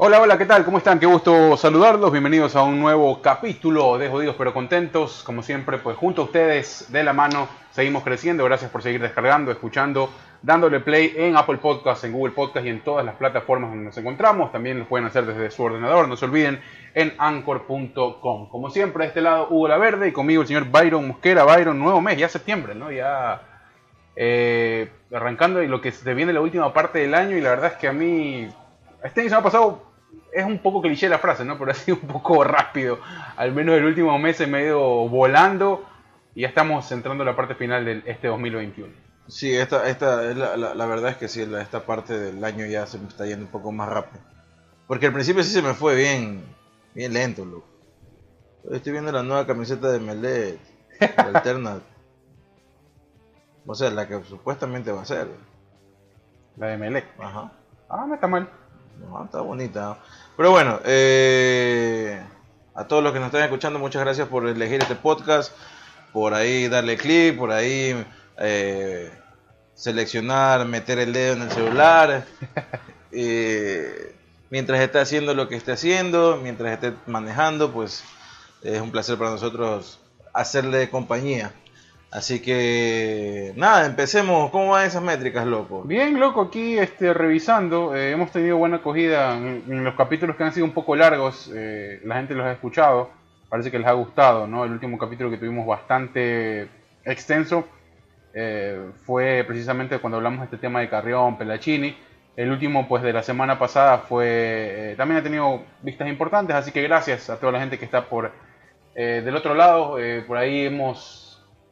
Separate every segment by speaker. Speaker 1: Hola, hola, ¿qué tal? ¿Cómo están? Qué gusto saludarlos. Bienvenidos a un nuevo capítulo de Jodidos pero Contentos. Como siempre, pues junto a ustedes, de la mano, seguimos creciendo. Gracias por seguir descargando, escuchando, dándole play en Apple Podcast, en Google Podcast y en todas las plataformas donde nos encontramos. También lo pueden hacer desde su ordenador, no se olviden, en anchor.com. Como siempre, de este lado, Hugo La Verde y conmigo el señor Byron Mosquera. Byron, nuevo mes, ya septiembre, ¿no? Ya eh, arrancando y lo que se viene la última parte del año y la verdad es que a mí... Este año se me ha pasado es un poco cliché la frase, ¿no? Pero ha sido un poco rápido. Al menos el último mes se me ha ido volando y ya estamos entrando en la parte final de este 2021.
Speaker 2: Sí, esta, esta es la, la, la, verdad es que sí, la, esta parte del año ya se me está yendo un poco más rápido. Porque al principio sí se me fue bien, bien lento, loco. Estoy viendo la nueva camiseta de Melet, alterna. O sea, la que supuestamente va a ser.
Speaker 1: La de Melet.
Speaker 2: Ajá.
Speaker 1: Ah, no está mal.
Speaker 2: No, está bonita. Pero bueno, eh, a todos los que nos están escuchando, muchas gracias por elegir este podcast, por ahí darle clic, por ahí eh, seleccionar, meter el dedo en el celular. Eh, mientras esté haciendo lo que esté haciendo, mientras esté manejando, pues es un placer para nosotros hacerle compañía. Así que nada, empecemos. ¿Cómo van esas métricas, loco?
Speaker 1: Bien, loco, aquí este, revisando. Eh, hemos tenido buena acogida en, en, los capítulos que han sido un poco largos. Eh, la gente los ha escuchado. Parece que les ha gustado, ¿no? El último capítulo que tuvimos bastante extenso eh, fue precisamente cuando hablamos de este tema de Carrión, Pelachini. El último, pues, de la semana pasada fue... eh, también ha tenido vistas importantes, así que gracias a toda la gente que está por... Eh, del otro lado, eh, por ahí hemos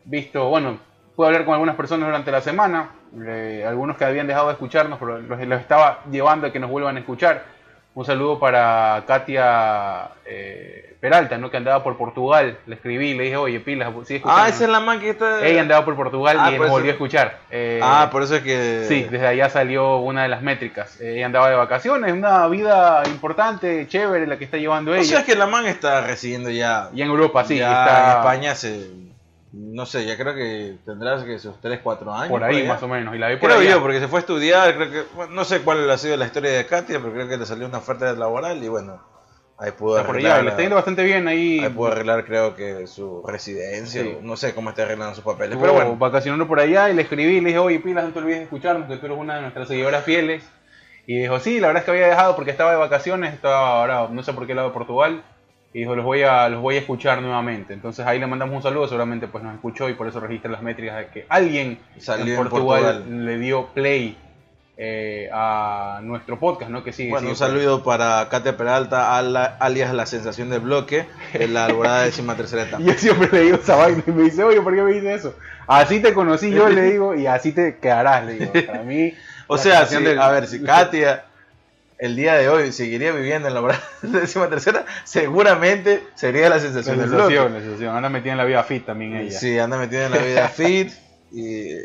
Speaker 1: visto, bueno, pude hablar con algunas personas durante la semana, eh, algunos que habían dejado de escucharnos, pero los, los, estaba llevando a que nos vuelvan a escuchar. Un saludo para Katia eh, Peralta, ¿no? que andaba por Portugal. Le escribí, le dije, oye, pilas, sigue
Speaker 2: escuchando. Ah, esa es la man que está...
Speaker 1: Ella andaba por Portugal y
Speaker 2: Ah, por
Speaker 1: nos
Speaker 2: eso-
Speaker 1: volvió a escuchar. Eh,
Speaker 2: Ah, por eso es que...
Speaker 1: Sí, desde allá salió una de las métricas. Eh, ella andaba de vacaciones, una vida importante, chévere, la que está llevando
Speaker 2: O
Speaker 1: ella.
Speaker 2: sea, es que la man está residiendo ya...
Speaker 1: Y en Europa, sí,
Speaker 2: ya
Speaker 1: está
Speaker 2: en España se... No sé, ya creo que tendrá que sus 3, 4 años.
Speaker 1: por ahí
Speaker 2: allá.
Speaker 1: más o menos. Y la vi por
Speaker 2: Creo
Speaker 1: allá.
Speaker 2: yo, porque se fue a estudiar, creo que... bueno, no sé cuál ha sido la historia de Katia, pero creo que le salió una oferta laboral y bueno, ahí pudo
Speaker 1: Está por allá.
Speaker 2: arreglar...
Speaker 1: Le está yendo bastante bien ahí.
Speaker 2: Ahí pudo arreglar, creo que su residencia,
Speaker 1: Sí.
Speaker 2: o no sé cómo está arreglando sus papeles,
Speaker 1: Pero
Speaker 2: pero bueno.
Speaker 1: vacacionando por allá y le escribí, le dije, oye, pilas, no te olvides de escucharnos, que tú eres una de nuestras seguidoras fieles. Y dijo, sí, la verdad es que había dejado porque estaba de vacaciones, estaba ahora, no sé por qué lado de Portugal. Y dijo, los voy a, los voy a escuchar nuevamente. Entonces ahí le mandamos un saludo, seguramente pues nos escuchó y por eso registra las métricas de que alguien
Speaker 2: Salió
Speaker 1: en
Speaker 2: en
Speaker 1: Portugal,
Speaker 2: Portugal.
Speaker 1: le dio play eh, a nuestro podcast, ¿no? Que sigue.
Speaker 2: Bueno,
Speaker 1: sigue
Speaker 2: un saludo para Katia Peralta, ala- alias la sensación del bloque, en la alborada décima tercera etapa.
Speaker 1: Yo siempre le digo esa vaina y me dice, oye, ¿por qué me dice eso? Así te conocí yo, le digo, y así te quedarás, le digo. Para mí.
Speaker 2: O
Speaker 1: la
Speaker 2: sea, si,
Speaker 1: sensación del-
Speaker 2: a ver, si Katia el día de hoy seguiría viviendo en la alborada décima tercera, seguramente sería la
Speaker 1: La
Speaker 2: sensación del bloque.
Speaker 1: sensación, la sensación. Ahora metida en la vida fit también ella.
Speaker 2: Sí, anda metida en la vida fit. Y, y-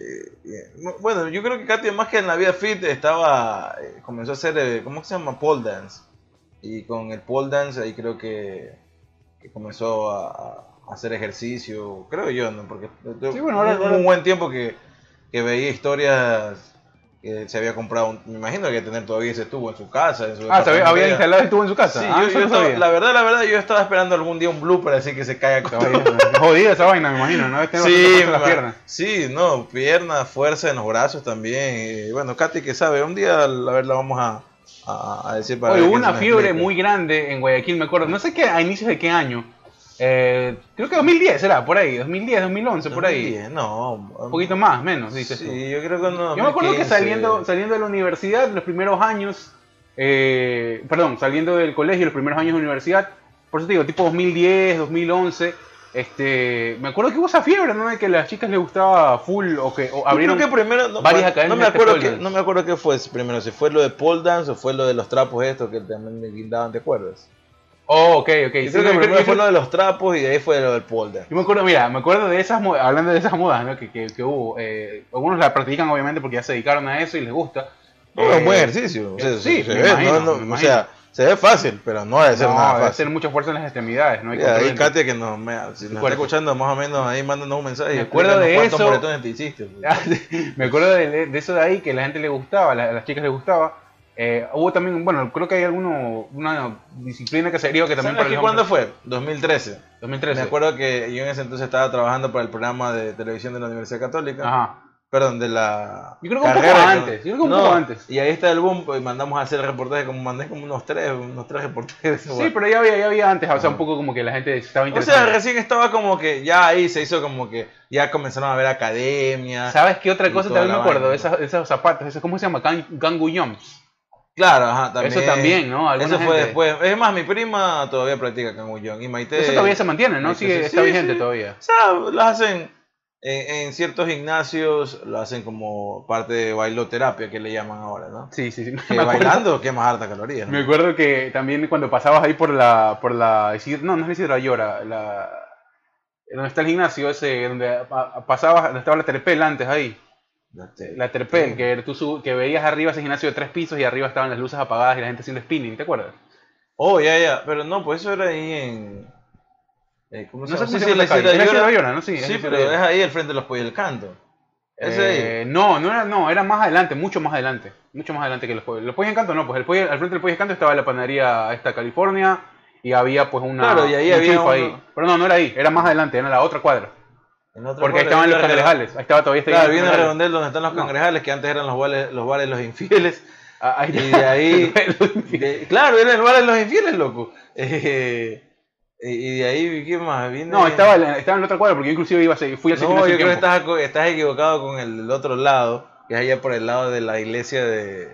Speaker 2: bueno, yo creo que Katia más que en la vida fit estaba, eh, comenzó a hacer, eh, ¿cómo se llama? Pole dance. Y con el pole dance ahí creo que, que comenzó a, a hacer ejercicio, creo yo, ¿no? Porque yo-
Speaker 1: Sí, bueno, ahora-
Speaker 2: un,
Speaker 1: ahora-
Speaker 2: un buen tiempo que, que veía historias que se había comprado, un- me imagino que tener todavía ese tubo en su casa. En su
Speaker 1: Ah, ¿sabía? había
Speaker 2: departamento.
Speaker 1: instalado estuvo en su casa.
Speaker 2: Sí,
Speaker 1: Ah,
Speaker 2: yo-
Speaker 1: eso
Speaker 2: yo
Speaker 1: no
Speaker 2: estaba-
Speaker 1: sabía.
Speaker 2: la verdad, la verdad, yo estaba esperando algún día un blooper así que se caiga con todo.
Speaker 1: Estaba Jodida esa vaina, me imagino, ¿no? Este
Speaker 2: Sí,
Speaker 1: las
Speaker 2: ma-
Speaker 1: piernas.
Speaker 2: sí, no, piernas, fuerza en los brazos también. Y bueno, Katy que sabe, un día a ver la vamos a, a- a decir para
Speaker 1: Oye,
Speaker 2: ver
Speaker 1: hubo
Speaker 2: que
Speaker 1: una
Speaker 2: nos
Speaker 1: fiebre
Speaker 2: explique.
Speaker 1: muy grande en Guayaquil, me acuerdo. No sé qué, a inicios de qué año. Eh, creo que 2010 era, por ahí. 2010, 2011, por ahí.
Speaker 2: 2010, No, un
Speaker 1: Un poquito más, menos,
Speaker 2: Sí,
Speaker 1: dices tú.
Speaker 2: yo creo que no.
Speaker 1: Yo me acuerdo que saliendo, saliendo de la universidad, los primeros años, eh, perdón, saliendo del colegio, los primeros años de universidad, por eso te digo, tipo 2010, 2011, este, me acuerdo que hubo esa fiebre, ¿no? De que a las chicas les gustaba full o que o abrieron...
Speaker 2: abrieron que primero no,
Speaker 1: varias
Speaker 2: no
Speaker 1: academias
Speaker 2: me
Speaker 1: de este
Speaker 2: acuerdo
Speaker 1: pole
Speaker 2: que
Speaker 1: dance.
Speaker 2: no me acuerdo qué fue primero si fue lo de pole dance o fue lo de los trapos estos que también le guindaban te acuerdas
Speaker 1: Oh, ok, ok. sí, no,
Speaker 2: yo creo que
Speaker 1: yo
Speaker 2: primero
Speaker 1: creo-
Speaker 2: fue lo de los trapos y de ahí fue lo del pole dance
Speaker 1: Yo me acuerdo, mira, me acuerdo de esas modas, hablando de esas modas, ¿no? Que, que, que hubo, eh, algunos la practican obviamente porque ya se dedicaron a eso y les gusta.
Speaker 2: Bueno,
Speaker 1: Eh,
Speaker 2: buen ejercicio. O sea,
Speaker 1: eh,
Speaker 2: se-
Speaker 1: sí,
Speaker 2: se
Speaker 1: me
Speaker 2: ve,
Speaker 1: imagino,
Speaker 2: no- no-
Speaker 1: me
Speaker 2: o
Speaker 1: imagino.
Speaker 2: sea, se ve fácil, pero no debe ser
Speaker 1: no,
Speaker 2: nada
Speaker 1: debe
Speaker 2: fácil.
Speaker 1: hacer mucha fuerza en las extremidades, ¿no? Hay
Speaker 2: Y ahí
Speaker 1: control.
Speaker 2: Katia que nos, me, si nos está
Speaker 1: Acuérdate.
Speaker 2: escuchando más o menos ahí mandando un mensaje.
Speaker 1: Me acuerdo de
Speaker 2: explícanos ¿Cuántos pues.
Speaker 1: eso.
Speaker 2: moretones te hiciste?
Speaker 1: me acuerdo de, de eso de ahí que a la gente le gustaba, a la- a las chicas les gustaba. Eh, hubo también, bueno, creo que hay alguno, una disciplina que se dio que también
Speaker 2: ¿Sabes
Speaker 1: para
Speaker 2: aquí
Speaker 1: los
Speaker 2: cuándo
Speaker 1: hombres-
Speaker 2: fue? 2013.
Speaker 1: 2013.
Speaker 2: Me acuerdo que yo en ese entonces estaba trabajando para el programa de televisión de la Universidad Católica.
Speaker 1: Ajá.
Speaker 2: Perdón, de la.
Speaker 1: Yo creo que un poco antes, yo creo que un poco antes.
Speaker 2: Y ahí está el boom, pues, y mandamos a hacer reportajes, como mandé como unos tres, unos tres reportajes.
Speaker 1: Sí, pero ya había, ya había antes, o sea, un poco como que la gente estaba
Speaker 2: Ah. O sea,
Speaker 1: interesada.
Speaker 2: recién estaba como que ya ahí se hizo como que ya comenzaron a ver academias.
Speaker 1: ¿Sabes qué otra
Speaker 2: Y
Speaker 1: cosa
Speaker 2: toda
Speaker 1: también
Speaker 2: la
Speaker 1: me acuerdo?
Speaker 2: vaina.
Speaker 1: Esas, esos zapatos, esos, ¿cómo se llama? Gan- Gangu Jumps.
Speaker 2: Claro, ajá, también.
Speaker 1: Eso también, ¿no? Alguna
Speaker 2: Eso fue
Speaker 1: gente-
Speaker 2: después. Es más, mi prima todavía practica cangullón y Maite.
Speaker 1: Eso todavía se mantiene, ¿no?
Speaker 2: Maite
Speaker 1: Sigue,
Speaker 2: sí-
Speaker 1: está
Speaker 2: sí,
Speaker 1: vigente
Speaker 2: sí.
Speaker 1: todavía.
Speaker 2: O sea, lo hacen en, en ciertos gimnasios, lo hacen como parte de bailoterapia, que le llaman ahora, ¿no?
Speaker 1: Sí, sí, sí.
Speaker 2: Que
Speaker 1: me acuerdo.
Speaker 2: bailando quemas harta calorías. ¿no?
Speaker 1: Me acuerdo que también cuando pasabas ahí por la. por la Isid- no, no es Isidro Ayora, la. Donde está el gimnasio ese, donde a- a- pasabas, donde estaba la terpel antes ahí.
Speaker 2: La te-
Speaker 1: La terpel,
Speaker 2: Sí.
Speaker 1: que tú sub- que veías arriba ese gimnasio de tres pisos y arriba estaban las luces apagadas y la gente haciendo spinning, ¿te acuerdas?
Speaker 2: Oh, ya, ya. Pero no, pues eso era ahí en. eh, ¿Cómo se
Speaker 1: No sé
Speaker 2: llama?
Speaker 1: cómo
Speaker 2: Sí,
Speaker 1: se llama
Speaker 2: sí, la
Speaker 1: la calle.
Speaker 2: Isidro
Speaker 1: Es la Isidro
Speaker 2: Ayora.
Speaker 1: Ayora, ¿no? Sí, es
Speaker 2: Sí,
Speaker 1: Isidro
Speaker 2: pero
Speaker 1: Ayora.
Speaker 2: es ahí al frente de los Pollos del Canto. Ese ahí.
Speaker 1: Eh, no, no era, no, era más adelante, mucho más adelante. Mucho más adelante que los pollos. Los pollos encanto no, pues el pollo- al frente del pollo encanto estaba la panadería esta California y había pues una.
Speaker 2: Claro, y ahí
Speaker 1: un
Speaker 2: había
Speaker 1: chifa
Speaker 2: uno-
Speaker 1: ahí. Pero no, no era ahí, era más adelante, era en la otra cuadra.
Speaker 2: En otra
Speaker 1: Porque ahí estaban los
Speaker 2: cuadra, viene el redondel.
Speaker 1: cangrejales. Ahí estaba todavía.
Speaker 2: este Claro,
Speaker 1: estaban los
Speaker 2: viene el
Speaker 1: cangrejales.
Speaker 2: redondel donde están los
Speaker 1: No.
Speaker 2: cangrejales, que antes eran los bares los, bares de los infieles.
Speaker 1: Ah, ahí
Speaker 2: Y
Speaker 1: está.
Speaker 2: de ahí. de- claro, era el bar de los infieles, loco. Eh, y de ahí, ¿qué más? Viene-
Speaker 1: No, estaba, en- estaba en la otra cuadra porque yo inclusive iba a seguir, fui al
Speaker 2: No, yo creo que
Speaker 1: tiempo.
Speaker 2: estás, aco- estás equivocado con el, del otro lado, que es allá por el lado de la iglesia de,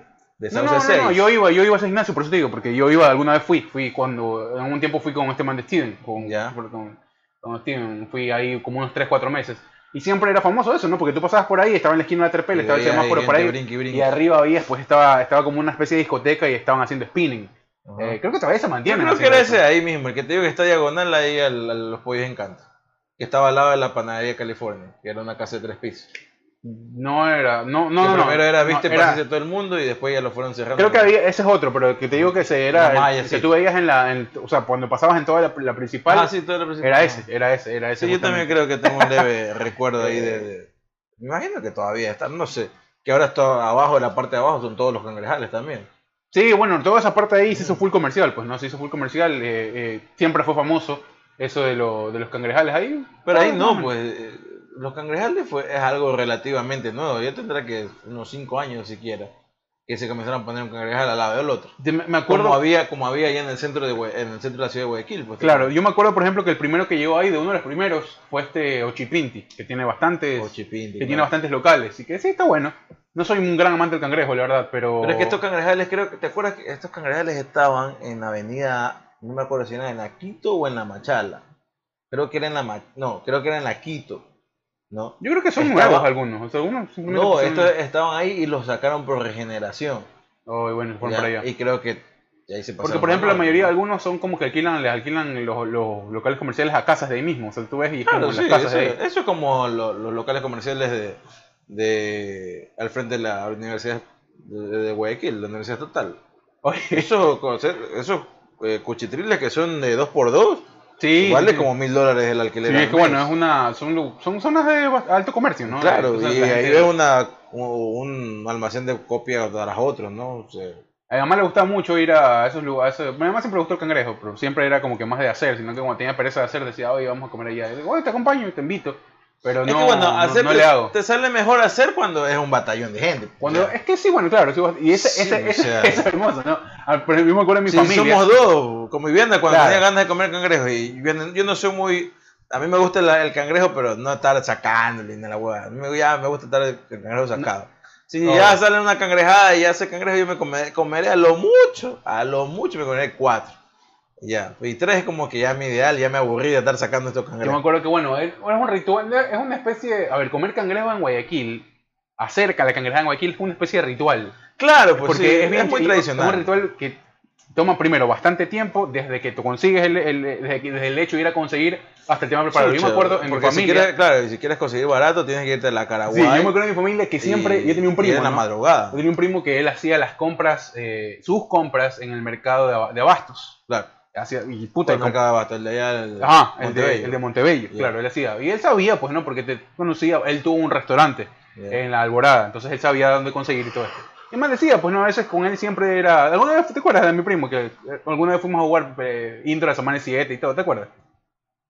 Speaker 1: No,
Speaker 2: de Sauce
Speaker 1: no, no, no,
Speaker 2: 6.
Speaker 1: yo iba, yo iba a ese gimnasio, por eso te digo, porque yo iba, alguna vez fui, fui cuando, en un tiempo fui con este man de Steven, con,
Speaker 2: Ya.
Speaker 1: por- con, con Steven, fui ahí como unos 3, 4 meses. Y siempre era famoso eso, ¿no? Porque tú pasabas por ahí, estaba en la esquina de la Terpel,
Speaker 2: Y
Speaker 1: estaba el
Speaker 2: veías ahí
Speaker 1: semáforo por
Speaker 2: gente
Speaker 1: ahí,
Speaker 2: brinqui, brinqui.
Speaker 1: y arriba veías, pues estaba, estaba como una especie de discoteca y estaban haciendo spinning.
Speaker 2: Ajá.
Speaker 1: Eh, creo que todavía se
Speaker 2: Yo
Speaker 1: mantiene.
Speaker 2: creo que era ese ahí mismo, el que te digo que está diagonal ahí al, a los pollos encanto. Que estaba al lado de la panadería California, que era una casa de tres pisos.
Speaker 1: No era, no, no,
Speaker 2: No,
Speaker 1: no. no,
Speaker 2: primero era, viste,
Speaker 1: no, era-
Speaker 2: pases de todo el mundo y después ya lo fueron cerrando.
Speaker 1: Creo que había, ese es otro, pero que te digo que se
Speaker 2: La
Speaker 1: era,
Speaker 2: malla,
Speaker 1: el-
Speaker 2: sí.
Speaker 1: que tú veías en la, en- o sea, cuando pasabas en toda la, la principal,
Speaker 2: Ah, sí, todo lo principal.
Speaker 1: era ese, era ese, era ese.
Speaker 2: Sí, yo también
Speaker 1: justamente.
Speaker 2: creo que tengo un leve recuerdo ahí de, de- Me imagino que todavía están, no sé. Que ahora está abajo, la parte de abajo son todos los cangrejales también.
Speaker 1: Sí, bueno, toda esa parte de ahí se hizo full comercial, pues, ¿no? Se hizo full comercial, eh, eh, siempre fue famoso eso de, lo, de los cangrejales ahí.
Speaker 2: Pero ahí
Speaker 1: Ah,
Speaker 2: no, pues. eh, Los cangrejales fue, es algo relativamente nuevo. Ya tendrá que unos 5 años siquiera que se comenzaron a poner un cangrejal al lado del otro.
Speaker 1: de- me me
Speaker 2: Como
Speaker 1: acuerdo,
Speaker 2: había, como había allá en el centro de Hue- en el centro de la ciudad de Guayaquil, pues.
Speaker 1: claro, yo me acuerdo, por ejemplo, que el primero que llegó ahí, de uno de los primeros, fue este Ochipinti, que tiene bastantes,
Speaker 2: O Chipinti,
Speaker 1: que tiene
Speaker 2: claro.
Speaker 1: bastantes locales, y que sí, está bueno. No soy un gran amante del cangrejo, la verdad, pero...
Speaker 2: Pero es que estos cangrejales, creo que, ¿te acuerdas que estos cangrejales estaban en la avenida, no me acuerdo si era en la Quito o en la Machala? Creo que era en la Ma- no, creo que era en la Quito, ¿no?
Speaker 1: Yo creo que son
Speaker 2: Estaba-
Speaker 1: nuevos algunos, o sea, algunos simplemente
Speaker 2: No,
Speaker 1: son-
Speaker 2: estos estaban ahí y los sacaron por regeneración.
Speaker 1: Oh, y bueno, se fueron
Speaker 2: ¿ya?
Speaker 1: para allá.
Speaker 2: Y creo que y ahí se pasaron.
Speaker 1: Porque, por ejemplo,
Speaker 2: para
Speaker 1: la mayoría,
Speaker 2: norte.
Speaker 1: algunos son como que alquilan, les alquilan los, los locales comerciales a casas de ahí mismo. O sea, tú ves y es
Speaker 2: Claro,
Speaker 1: como
Speaker 2: sí,
Speaker 1: las casas
Speaker 2: eso,
Speaker 1: de ahí.
Speaker 2: eso es como lo- los locales comerciales de, de al frente de la Universidad de, de Guayaquil, la Universidad Total. Esos, conce- esos eh, cuchitriles que son de 2x2,
Speaker 1: Sí,
Speaker 2: vale
Speaker 1: sí, sí.
Speaker 2: como mil dólares el alquiler.
Speaker 1: Sí,
Speaker 2: al
Speaker 1: es que
Speaker 2: mes.
Speaker 1: bueno, es una, son, lu- son zonas de bas- alto comercio, ¿no?
Speaker 2: Claro,
Speaker 1: Entonces,
Speaker 2: y
Speaker 1: la
Speaker 2: ahí
Speaker 1: gente-
Speaker 2: ves una, un almacén de copias tras otro, ¿no? O sea,
Speaker 1: Además le gustaba mucho ir a esos lugares. Además siempre le gustó el cangrejo, pero siempre era como que más de hacer, sino que cuando tenía pereza de hacer decía, oye, vamos a comer allá. Y digo, oye, te acompaño y te invito. Pero
Speaker 2: es
Speaker 1: no,
Speaker 2: que bueno,
Speaker 1: no-
Speaker 2: hacer
Speaker 1: no le hago.
Speaker 2: te sale mejor hacer cuando es un batallón de gente.
Speaker 1: Cuando,
Speaker 2: O sea,
Speaker 1: es que sí, bueno, claro. sí, vos- y ese,
Speaker 2: Sí,
Speaker 1: ese,
Speaker 2: o
Speaker 1: ese-
Speaker 2: sea.
Speaker 1: es hermoso, ¿no? Ah, Pero yo me acuerdo de mi
Speaker 2: si
Speaker 1: familia.
Speaker 2: somos dos, como vivienda, cuando
Speaker 1: Claro.
Speaker 2: tenía ganas de comer cangrejo, y yo, no- yo no soy muy. A mí me gusta la- el cangrejo, pero no estar sacándole ni la hueá. A mí me- ya me gusta estar el cangrejo sacado. Si
Speaker 1: No.
Speaker 2: ya sale una cangrejada y ya hace cangrejo, yo me come- comeré a lo mucho, a lo mucho me comeré cuatro. Ya, y tres es como que ya mi ideal, ya me aburrí de estar sacando estos
Speaker 1: Yo me
Speaker 2: cangrejos.
Speaker 1: acuerdo que, bueno, es, bueno, es un ritual, es una especie de, a ver, comer cangrejo en Guayaquil, acerca la cangreja en Guayaquil es una especie de ritual.
Speaker 2: Claro, pues
Speaker 1: porque
Speaker 2: sí,
Speaker 1: es, bien-
Speaker 2: muy
Speaker 1: es
Speaker 2: tradicional.
Speaker 1: un ritual que toma primero bastante tiempo desde que tú consigues el, el- desde, que- desde el hecho de ir a conseguir hasta el tema preparado. yo me
Speaker 2: Chucha,
Speaker 1: acuerdo en mi
Speaker 2: porque si
Speaker 1: familia.
Speaker 2: quieres, claro, y si quieres conseguir barato, tienes que irte a la
Speaker 1: sí,
Speaker 2: Caraguay.
Speaker 1: yo me acuerdo en mi familia que siempre.
Speaker 2: y-
Speaker 1: yo tenía un
Speaker 2: y
Speaker 1: primo.
Speaker 2: en la
Speaker 1: ¿no?
Speaker 2: madrugada.
Speaker 1: Yo tenía un primo que él hacía las compras, eh, sus compras en el mercado de, ab- de abastos.
Speaker 2: Claro.
Speaker 1: Hacía, y puta,
Speaker 2: Puta, el
Speaker 1: comp-
Speaker 2: mercado de Abasto, el de allá, el
Speaker 1: Ajá, el de
Speaker 2: Montevideo.
Speaker 1: el de Montebello,
Speaker 2: Ya.
Speaker 1: claro, él hacía. Y él sabía, pues, ¿no? Porque te conocía, él tuvo un restaurante
Speaker 2: Ya.
Speaker 1: en la Alborada, entonces él sabía dónde conseguir y todo esto. Y me decía, pues no, a veces con él siempre era. ¿Alguna vez te acuerdas de mi primo? Que eh, alguna vez fuimos a jugar eh, intro de Semana 7 y todo, ¿te acuerdas?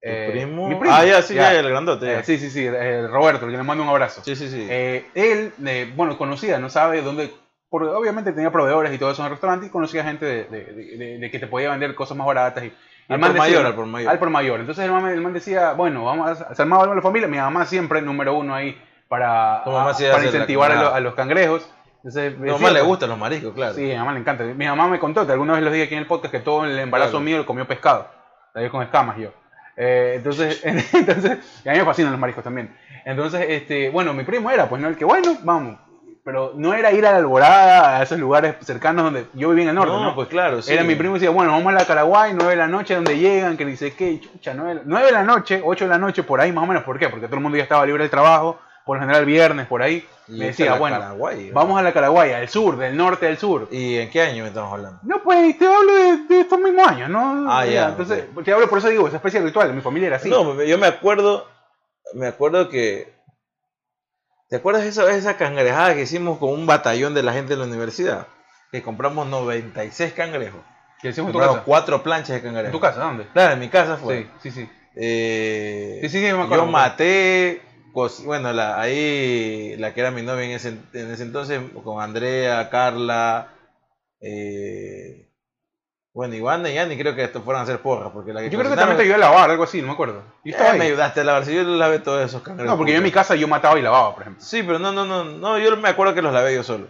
Speaker 2: ¿Tu
Speaker 1: Eh,
Speaker 2: primo?
Speaker 1: Mi primo.
Speaker 2: Ah, ya, sí,
Speaker 1: ya.
Speaker 2: ya, el grandote. ya.
Speaker 1: Eh, sí, sí, sí, eh, Roberto, el que le mando un abrazo.
Speaker 2: sí, sí. sí.
Speaker 1: Eh, él, eh, bueno, conocía, no sabe dónde, porque obviamente tenía proveedores y todo eso en el restaurante y conocía gente de, de- de- de- de que te podía vender cosas más baratas. Y, y
Speaker 2: Al
Speaker 1: el man
Speaker 2: Ah, por
Speaker 1: decía-
Speaker 2: mayor, al por mayor.
Speaker 1: Al por mayor. Entonces el man, el man decía, bueno, vamos a, se armaba algo en la familia. Mi mamá siempre número uno ahí para,
Speaker 2: Tu mamá sí
Speaker 1: para
Speaker 2: hace la
Speaker 1: incentivar a, lo-
Speaker 2: carnada.
Speaker 1: a los cangrejos. Entonces,
Speaker 2: A tu
Speaker 1: decía,
Speaker 2: mamá le
Speaker 1: pues,
Speaker 2: gustan los mariscos, claro.
Speaker 1: Sí, a mi mamá le encanta. Mi mamá me contó que alguna vez los dije aquí en el podcast que todo el embarazo
Speaker 2: Claro.
Speaker 1: mío lo comió pescado. La vi con escamas yo. Eh, entonces, entonces, y a mí me fascinan los mariscos también. Entonces, este, bueno, mi primo era, pues no, el que, bueno, vamos. Pero no era ir a la Alborada, a esos lugares cercanos donde yo vivía en el norte, ¿no?
Speaker 2: pues claro, sí.
Speaker 1: Era mi primo y decía, bueno, vamos a la Caraguay, 9 de la noche, donde llegan, que dice, ¿qué? Chucha, 9, de la noche, 8 de la noche, por ahí más o menos, ¿por qué? Porque todo el mundo ya estaba libre del trabajo, por lo general viernes, por ahí.
Speaker 2: Y
Speaker 1: Me
Speaker 2: esta
Speaker 1: decía,
Speaker 2: la
Speaker 1: bueno,
Speaker 2: Paraguay, ¿no?
Speaker 1: vamos a la Caraguay, al sur, del norte al sur.
Speaker 2: ¿Y en qué año estamos hablando?
Speaker 1: No, pues te hablo de, de estos mismos años, ¿no?
Speaker 2: Ah, ya,
Speaker 1: Entonces, te hablo por eso digo, esa especie de ritual, mi familia era así.
Speaker 2: No, yo me acuerdo, me acuerdo que... ¿Te acuerdas esa vez esa cangrejada que hicimos con un batallón de la gente de la universidad? Que compramos 96 cangrejos.
Speaker 1: que hicimos en tu
Speaker 2: Compramos
Speaker 1: casa.
Speaker 2: cuatro planchas de
Speaker 1: ¿En
Speaker 2: cangrejos.
Speaker 1: tu casa? ¿Dónde?
Speaker 2: Claro, en mi casa fue.
Speaker 1: Sí, sí, sí.
Speaker 2: Eh,
Speaker 1: Sí, sí, sí, me acuerdo,
Speaker 2: yo
Speaker 1: me acuerdo.
Speaker 2: maté, cos- bueno, la, ahí la que era mi novia en ese, en ese entonces, con Andrea, Carla, eh, bueno, Ivana y Yanni creo que estos fueron a hacer porras, porque la que
Speaker 1: Yo creo que
Speaker 2: cocinaron-
Speaker 1: también te ayudé a lavar, algo así, no me acuerdo. Yo
Speaker 2: Eh,
Speaker 1: estaba
Speaker 2: me
Speaker 1: ahí.
Speaker 2: ayudaste a lavar, si yo lavé todos esos cangrejos.
Speaker 1: No, porque yo en mi casa yo mataba y lavaba, por ejemplo.
Speaker 2: Sí, pero no, no, no, no, yo me acuerdo que los lavé yo solo.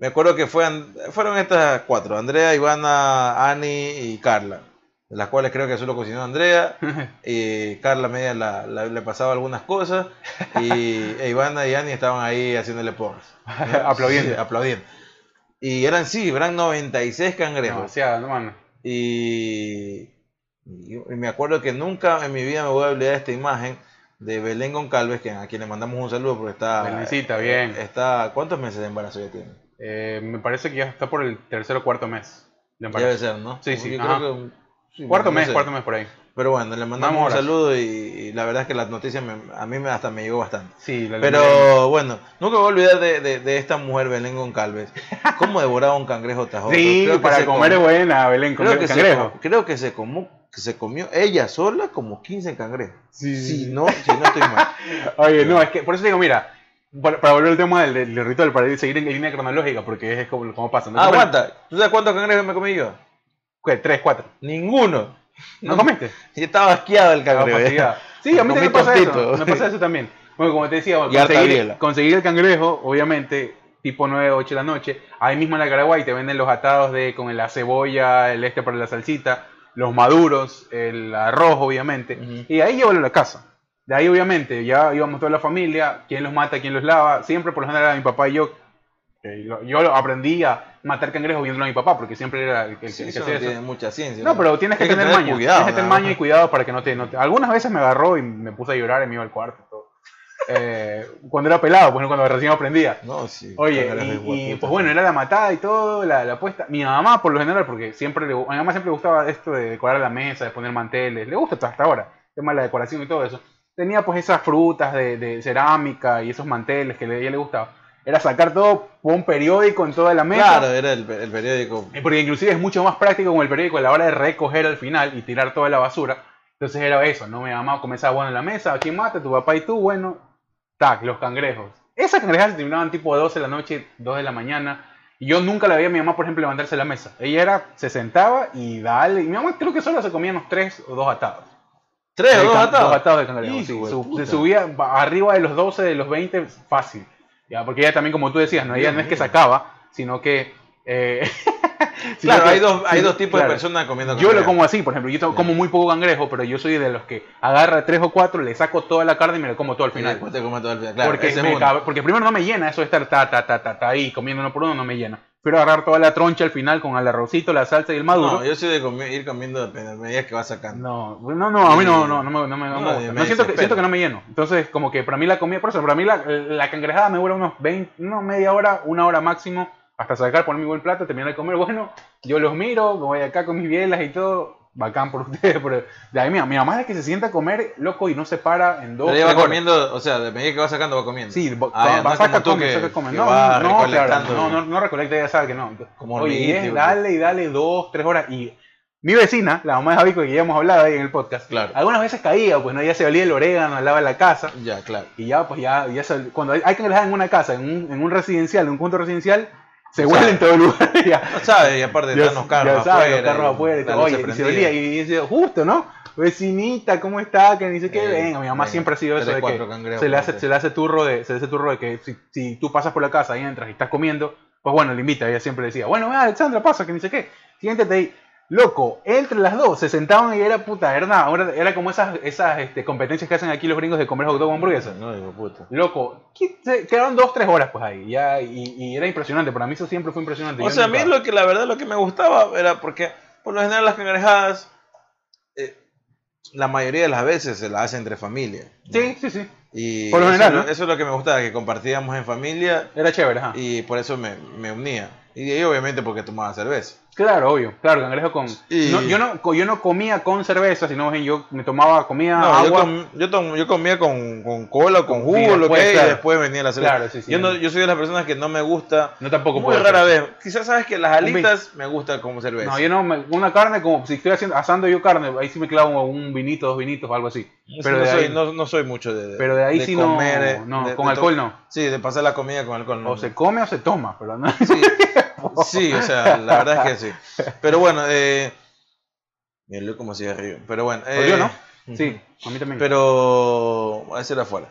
Speaker 2: Me acuerdo que fueron, fueron estas cuatro, Andrea, Ivana, Ani y Carla, de las cuales creo que solo cocinó Andrea, y Carla media la- la- le pasaba algunas cosas, y e Ivana y Ani estaban ahí haciéndole porras. ¿no?
Speaker 1: Aplaudiendo.
Speaker 2: Sí, aplaudiendo. Y eran, sí, eran 96 cangrejos.
Speaker 1: Demasiado, no, mano.
Speaker 2: Y, y yo- y me acuerdo que nunca en mi vida me voy a olvidar de esta imagen de Belén Goncalves, que, a quien le mandamos un saludo porque está... eh,
Speaker 1: Belencita, bien.
Speaker 2: Está, ¿Cuántos meses de embarazo ya tiene?
Speaker 1: Eh, me parece que ya está por el tercer o cuarto mes de
Speaker 2: Ya Debe
Speaker 1: embarazo.
Speaker 2: ser, ¿no?
Speaker 1: Sí, sí,
Speaker 2: Yo
Speaker 1: ajá.
Speaker 2: creo que un- sí,
Speaker 1: Cuarto
Speaker 2: no
Speaker 1: mes,
Speaker 2: sé.
Speaker 1: cuarto mes por ahí.
Speaker 2: Pero bueno, le mandamos
Speaker 1: Vamos,
Speaker 2: un
Speaker 1: abrazo.
Speaker 2: saludo y, y la verdad es que la noticia me- a mí me, hasta me llegó bastante.
Speaker 1: Sí, la
Speaker 2: Pero bueno, nunca me voy a olvidar de, de- de esta mujer Belén Goncalves. ¿Cómo devoraba un cangrejo tajoso?
Speaker 1: Sí,
Speaker 2: Creo que
Speaker 1: para
Speaker 2: se
Speaker 1: comer es
Speaker 2: comió-
Speaker 1: buena, Belén,
Speaker 2: creo
Speaker 1: comer
Speaker 2: que, se,
Speaker 1: cangrejo.
Speaker 2: com- creo que se comió, que se comió ella sola como 15 cangrejos.
Speaker 1: Sí, sí,
Speaker 2: Si
Speaker 1: sí.
Speaker 2: no, si no estoy mal.
Speaker 1: Oye, no, es que por eso digo, mira, para, para volver al tema del, del ritual, para seguir en línea cronológica, porque es como, como pasa. ¿no?
Speaker 2: Ah,
Speaker 1: Bueno,
Speaker 2: aguanta. ¿Tú sabes cuántos cangrejos me comí yo?
Speaker 1: ¿qué? Tres, cuatro.
Speaker 2: Ninguno.
Speaker 1: ¿No
Speaker 2: Mm.
Speaker 1: comiste?
Speaker 2: Yo estaba asqueado el
Speaker 1: Ah,
Speaker 2: cangrejo.
Speaker 1: facilidad. Sí, a mí
Speaker 2: Comí
Speaker 1: también me pasa
Speaker 2: tontito.
Speaker 1: eso. Me pasa eso también. Bueno, como te decía,
Speaker 2: Y harta
Speaker 1: conseguir,
Speaker 2: biela.
Speaker 1: conseguir el cangrejo, obviamente, tipo 9, 8 de la noche. Ahí mismo en la Caraguay te venden los atados de con la cebolla, el este para la salsita, los maduros, el arroz, obviamente.
Speaker 2: Ujú.
Speaker 1: Y ahí llévalo a la casa. De ahí, obviamente, ya íbamos toda la familia, quién los mata, quién los lava. Siempre, por lo general, mi papá y yo. eh, lo- Yo lo- aprendí a matar cangrejos viéndolo a mi papá, porque siempre era el que, el
Speaker 2: Sí,
Speaker 1: pues que
Speaker 2: eso
Speaker 1: hacía
Speaker 2: no
Speaker 1: eso.
Speaker 2: tiene mucha ciencia.
Speaker 1: No, pero tienes que,
Speaker 2: Hay que
Speaker 1: tener,
Speaker 2: tener
Speaker 1: maña.
Speaker 2: cuidado,
Speaker 1: tienes que tener
Speaker 2: nada
Speaker 1: maña
Speaker 2: más.
Speaker 1: y cuidado para que no te, no te- Algunas veces me agarró y me puse a llorar y me iba al cuarto. y todo. Eh, cuando era pelado, pues cuando recién aprendía.
Speaker 2: No, sí.
Speaker 1: Oye,
Speaker 2: cangrejo
Speaker 1: y-
Speaker 2: es
Speaker 1: y,
Speaker 2: hueputa.
Speaker 1: pues bueno, era la matada y todo, la, la apuesta. Mi mamá, por lo general, porque siempre le, gu- a mi mamá siempre le gustaba esto de decorar la mesa, de poner manteles, le gusta hasta hasta ahora, el tema de la decoración y todo eso. Tenía pues esas frutas de, de cerámica y esos manteles que le- a ella le gustaba. Era sacar todo, pon un periódico en toda la mesa.
Speaker 2: Claro, era el, el periódico.
Speaker 1: Eh, Porque inclusive es mucho más práctico con el periódico a la hora de recoger al final y tirar toda la basura. Entonces era eso, ¿no? Mi mamá comenzaba, bueno, en la mesa, aquí mata, tu papá y tú, bueno, tac, los cangrejos. Esas cangrejas se terminaban tipo 12 de la noche, 2 de la mañana. Y yo nunca la veía a mi mamá, por ejemplo, levantarse de la mesa. Ella era, se sentaba y dale. Y mi mamá creo que solo se comía unos 3 o 2 atados.
Speaker 2: Tres o
Speaker 1: De
Speaker 2: dos
Speaker 1: can-
Speaker 2: atados.
Speaker 1: Dos atados de cangrejos. sí.
Speaker 2: Hijo de
Speaker 1: Su-
Speaker 2: puta.
Speaker 1: se subía ba- arriba de los 12, de los 20, fácil. Ya, porque ella también, como tú decías, no, ella
Speaker 2: Dios
Speaker 1: no es que
Speaker 2: mío.
Speaker 1: sacaba, sino que. eh, sino
Speaker 2: Claro,
Speaker 1: que-
Speaker 2: hay dos, hay
Speaker 1: sí,
Speaker 2: dos tipos
Speaker 1: claro.
Speaker 2: de personas comiendo
Speaker 1: Yo lo
Speaker 2: cangrejo.
Speaker 1: como así, por ejemplo, yo to- como muy poco cangrejo, pero yo soy de los que agarra tres o cuatro, le saco toda la carne y me lo como todo al
Speaker 2: Y
Speaker 1: final.
Speaker 2: después te comes todo el final. Claro,
Speaker 1: porque,
Speaker 2: ese es
Speaker 1: me
Speaker 2: uno.
Speaker 1: cabe- porque primero no me llena eso de estar ta, ta, ta, ta, ta ahí comiendo uno por uno, no me llena. Pero agarrar toda la troncha al final con el arrocito, la salsa y el maduro.
Speaker 2: No, yo soy de comi- ir comiendo depende de las medidas que vas sacando.
Speaker 1: No, no, no, a mí no,
Speaker 2: Y-
Speaker 1: no, no me, no me, no me
Speaker 2: No,
Speaker 1: gusta.
Speaker 2: y me
Speaker 1: No siento, que,
Speaker 2: desespera.
Speaker 1: siento que no me lleno. Entonces, como que para mí la comida, por eso, para mí la, la cangrejada me dura unos 20, no, media hora, una hora máximo, hasta sacar, poner mi buen plato, terminar de comer. Bueno, yo los miro, me voy acá con mis bielas y todo. bacán por ustedes. Pero de ahí, mi, mi mamá es la que se sienta a comer, loco, y no se para en dos.
Speaker 2: Pero ella va
Speaker 1: tres horas.
Speaker 2: comiendo, o sea, de medida que va sacando va comiendo.
Speaker 1: Sí, va,
Speaker 2: Ah,
Speaker 1: va-
Speaker 2: ya, no es
Speaker 1: saca,
Speaker 2: como tú
Speaker 1: come,
Speaker 2: que-
Speaker 1: saca, come.
Speaker 2: que
Speaker 1: No,
Speaker 2: va
Speaker 1: no, claro,
Speaker 2: recolectando.
Speaker 1: no, no, no recolecta, ya sabe que no.
Speaker 2: Como
Speaker 1: Oye,
Speaker 2: hormiguita,
Speaker 1: es
Speaker 2: güey.
Speaker 1: dale y dale dos, tres horas. Y mi vecina, la mamá de Javico, que ya hemos hablado ahí en el podcast,
Speaker 2: Claro.
Speaker 1: algunas veces caía, pues no, ya se olía el orégano al lado de la casa.
Speaker 2: Ya, claro.
Speaker 1: Y ya, pues ya, ya se- cuando hay, hay que dejar en una casa, en un, en un residencial, en un conjunto residencial, se
Speaker 2: O
Speaker 1: huele
Speaker 2: sea,
Speaker 1: en todo el lugar. ya.
Speaker 2: No sabe, y aparte
Speaker 1: Ya
Speaker 2: están los
Speaker 1: ya
Speaker 2: carros
Speaker 1: sabe, los
Speaker 2: afuera,
Speaker 1: carros
Speaker 2: y
Speaker 1: afuera y
Speaker 2: la
Speaker 1: todo.
Speaker 2: luz
Speaker 1: Oye, y se
Speaker 2: prendida.
Speaker 1: olía, y dice, justo, ¿no? Vecinita, ¿cómo está? Que dice que
Speaker 2: Eh,
Speaker 1: venga, mi mamá
Speaker 2: venga,
Speaker 1: siempre ha sido eso
Speaker 2: tres,
Speaker 1: de
Speaker 2: cuatro
Speaker 1: que
Speaker 2: cangrejos,
Speaker 1: se le, hace,
Speaker 2: ponte.
Speaker 1: se le hace turro de, se le hace turro de que si, si tú pasas por la casa y entras y estás comiendo, pues bueno, le invita, ella siempre decía, bueno, vea, Alexandra, pasa, que ni sé qué, siéntate ahí. Loco, entre las dos se sentaban y era puta, era, nada, ahora era como esas, esas este, competencias que hacen aquí los gringos de comer hot dog o hamburguesa.
Speaker 2: No, hijo de puta.
Speaker 1: Loco, qui- se- quedaron dos, tres horas pues ahí, ya, y, y era impresionante, para mí eso siempre fue impresionante.
Speaker 2: O
Speaker 1: yo
Speaker 2: sea, a mí
Speaker 1: nunca-
Speaker 2: lo que la verdad lo que me gustaba era porque por lo general las cangrejadas eh, la mayoría de las veces se las hace entre familia. ¿no?
Speaker 1: Sí, sí, sí.
Speaker 2: Y
Speaker 1: Por lo
Speaker 2: eso
Speaker 1: general,
Speaker 2: es
Speaker 1: ¿no?
Speaker 2: Eso es lo que me gustaba, que compartíamos en familia
Speaker 1: Era chévere, ajá.
Speaker 2: y por eso me, me unía. Y de ahí obviamente porque tomaba cerveza.
Speaker 1: Claro, obvio. Claro, cangrejo con.
Speaker 2: Y-
Speaker 1: No, yo, no, co- yo no comía con cerveza, sino más bien yo me tomaba comida,
Speaker 2: No, yo,
Speaker 1: Ah, agua.
Speaker 2: com- yo tom- yo comía con, con cola o
Speaker 1: Con-
Speaker 2: con jugo,
Speaker 1: y
Speaker 2: lo
Speaker 1: después,
Speaker 2: que
Speaker 1: claro.
Speaker 2: y después venía la cerveza.
Speaker 1: Claro, sí, sí.
Speaker 2: yo, no, yo soy de las personas que no me gusta.
Speaker 1: No tampoco
Speaker 2: Muy
Speaker 1: puedo
Speaker 2: rara
Speaker 1: hacer.
Speaker 2: vez. Quizás sabes que las
Speaker 1: Un
Speaker 2: alitas me gusta como cerveza.
Speaker 1: No, yo no. me- Una carne, como si estoy haciendo, asando yo carne, ahí sí me clavo un vinito, dos vinitos o algo así.
Speaker 2: Sí,
Speaker 1: Pero
Speaker 2: no,
Speaker 1: de
Speaker 2: soy,
Speaker 1: ahí,
Speaker 2: no, no soy mucho de,
Speaker 1: pero de ahí
Speaker 2: de
Speaker 1: sí
Speaker 2: comer, eh,
Speaker 1: no. No,
Speaker 2: de-
Speaker 1: con
Speaker 2: de to-
Speaker 1: alcohol no.
Speaker 2: Sí, de pasar la comida con alcohol no.
Speaker 1: O se come o se toma, pero no.
Speaker 2: Sí, sí, o sea, la verdad es que sí. Pero bueno, eh. Mira, Luis como sigue arriba. Pero bueno. Eh,
Speaker 1: yo, ¿no?
Speaker 2: ujú.
Speaker 1: Sí, a mí también.
Speaker 2: Pero. A ese era afuera.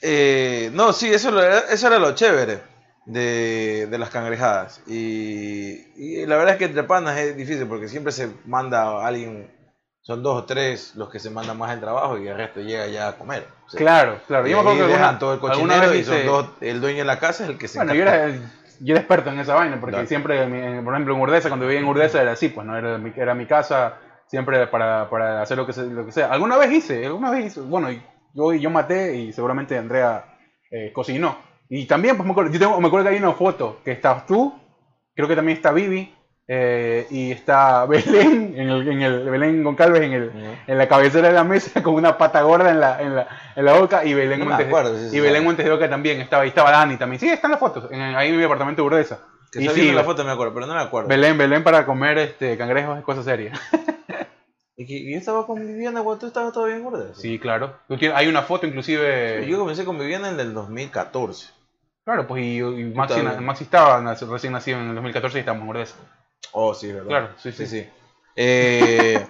Speaker 2: Eh, no, sí, eso, lo- eso era lo chévere de, de las cangrejadas. Y, y la verdad es que entre panas es difícil porque siempre se manda a alguien. Son dos o tres los que se mandan más al trabajo y el resto llega ya a comer. O sea,
Speaker 1: claro, claro.
Speaker 2: y
Speaker 1: Yo me
Speaker 2: ahí
Speaker 1: acuerdo que
Speaker 2: dejan
Speaker 1: alguna,
Speaker 2: todo el
Speaker 1: alguna
Speaker 2: cochinero
Speaker 1: vez
Speaker 2: y son
Speaker 1: hice-
Speaker 2: dos- el dueño de la casa es el que se
Speaker 1: Bueno, yo
Speaker 2: encarga.
Speaker 1: era, yo era experto en esa vaina, porque
Speaker 2: Claro.
Speaker 1: siempre, mi- eh, por ejemplo, en Urdesa, cuando vivía en Urdesa era así, pues no era mi, era mi casa, siempre para, para hacer lo que, se- lo que sea. Alguna vez hice, alguna vez hice, bueno, y yo, yo maté y seguramente Andrea eh, cocinó. Y también, pues me acuerdo, yo tengo- me acuerdo que hay una foto que estás tú, creo que también está Vivi, eh, y está Belén, en el, en el, Belén Goncalves en el, en la cabecera de la mesa con una pata gorda en la, en la, en la boca y Belén,
Speaker 2: No me
Speaker 1: Montes,
Speaker 2: acuerdo, sí, sí,
Speaker 1: y Belén
Speaker 2: sí.
Speaker 1: Montes de Oca también estaba, y estaba Dani también. Sí, están las fotos, en, ahí en mi apartamento de Urdesa.
Speaker 2: Que
Speaker 1: Y
Speaker 2: está
Speaker 1: sí,
Speaker 2: viendo la foto me acuerdo, pero no me acuerdo.
Speaker 1: Belén, Belén para comer este cangrejos es cosa seria.
Speaker 2: Y que- y yo estaba con Viviana cuando tú estabas todavía en gorda.
Speaker 1: Sí, eh. claro. Tú tienes- hay una foto inclusive.
Speaker 2: Yo comencé con Viviana en el 2014.
Speaker 1: Claro, pues y, y Maxi,
Speaker 2: Puta,
Speaker 1: Maxi estaba nac- recién nacido en el 2014 y estamos en Urdesa.
Speaker 2: Oh, sí, verdad.
Speaker 1: Claro, sí, sí.
Speaker 2: Eh,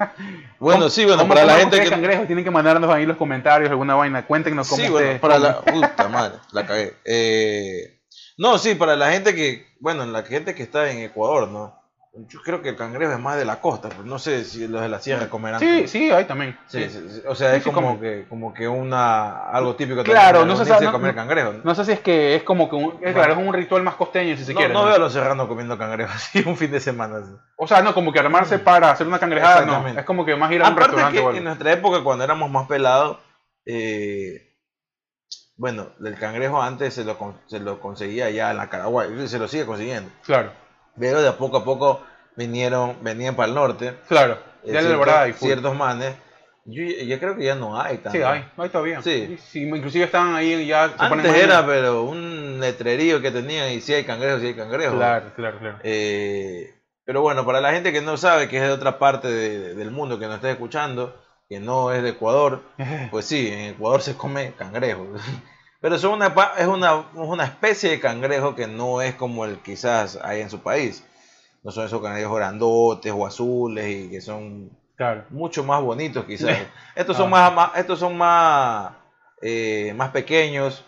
Speaker 2: bueno, sí, bueno,
Speaker 1: ¿Cómo
Speaker 2: para la
Speaker 1: comen
Speaker 2: gente
Speaker 1: ustedes
Speaker 2: que...
Speaker 1: cangrejos tienen que mandarnos ahí los comentarios, alguna vaina. Cuéntenos cómo
Speaker 2: Sí,
Speaker 1: ustedes
Speaker 2: bueno, para
Speaker 1: comen.
Speaker 2: la... Puta madre, la cagué. Eh, no, sí, para la gente que... Bueno, la gente que está en Ecuador, ¿no? Yo creo que el cangrejo es más de la costa, pero no sé si los de la sierra comerán.
Speaker 1: Sí, sí, ahí también.
Speaker 2: Sí, sí, sí. O sea,
Speaker 1: Sí,
Speaker 2: es
Speaker 1: sí
Speaker 2: como
Speaker 1: comen.
Speaker 2: que, como que una algo típico
Speaker 1: Claro,
Speaker 2: también
Speaker 1: no se
Speaker 2: de
Speaker 1: sabe-
Speaker 2: de
Speaker 1: no-
Speaker 2: comer
Speaker 1: no-
Speaker 2: cangrejo. No,
Speaker 1: No sé si es que es como que un, es, claro, es un ritual más costeño si se
Speaker 2: no,
Speaker 1: quiere.
Speaker 2: veo a los serranos comiendo cangrejo así un fin de semana. así.
Speaker 1: O sea, no, como que armarse para hacer una cangrejada, no.
Speaker 2: Mm. Exactamente.
Speaker 1: Es como que más ir a un
Speaker 2: Aparte
Speaker 1: restaurante
Speaker 2: que
Speaker 1: o
Speaker 2: en
Speaker 1: algo.
Speaker 2: nuestra época cuando éramos más pelados, eh, bueno, el cangrejo antes se lo, con- se lo conseguía ya en la Caraguay, se lo sigue consiguiendo.
Speaker 1: Claro,
Speaker 2: Pero de a poco a poco vinieron, venían para el norte.
Speaker 1: claro. Ya
Speaker 2: eh,
Speaker 1: en
Speaker 2: cierto-
Speaker 1: el verdad y full.
Speaker 2: ciertos manes. Yo, yo creo que ya no hay tanto.
Speaker 1: Sí, hay, hay todavía.
Speaker 2: Sí.
Speaker 1: Inclusive están ahí ya. se ponen
Speaker 2: Antes
Speaker 1: más-
Speaker 2: era, pero un letrerío que tenían y si hay cangrejos, si hay cangrejos.
Speaker 1: Claro, claro, claro.
Speaker 2: Eh, pero bueno, para la gente que no sabe, que es de otra parte de- de- del mundo, que nos está escuchando, que no es de Ecuador, pues sí, en Ecuador se come cangrejo. Pero son una pa- es, una, es una especie de cangrejo que no es como el quizás hay en su país. No son esos cangrejos grandotes o azules y que son
Speaker 1: Claro.
Speaker 2: mucho más bonitos quizás. Estos son
Speaker 1: Ah.
Speaker 2: más, más- estos son más, eh, más pequeños.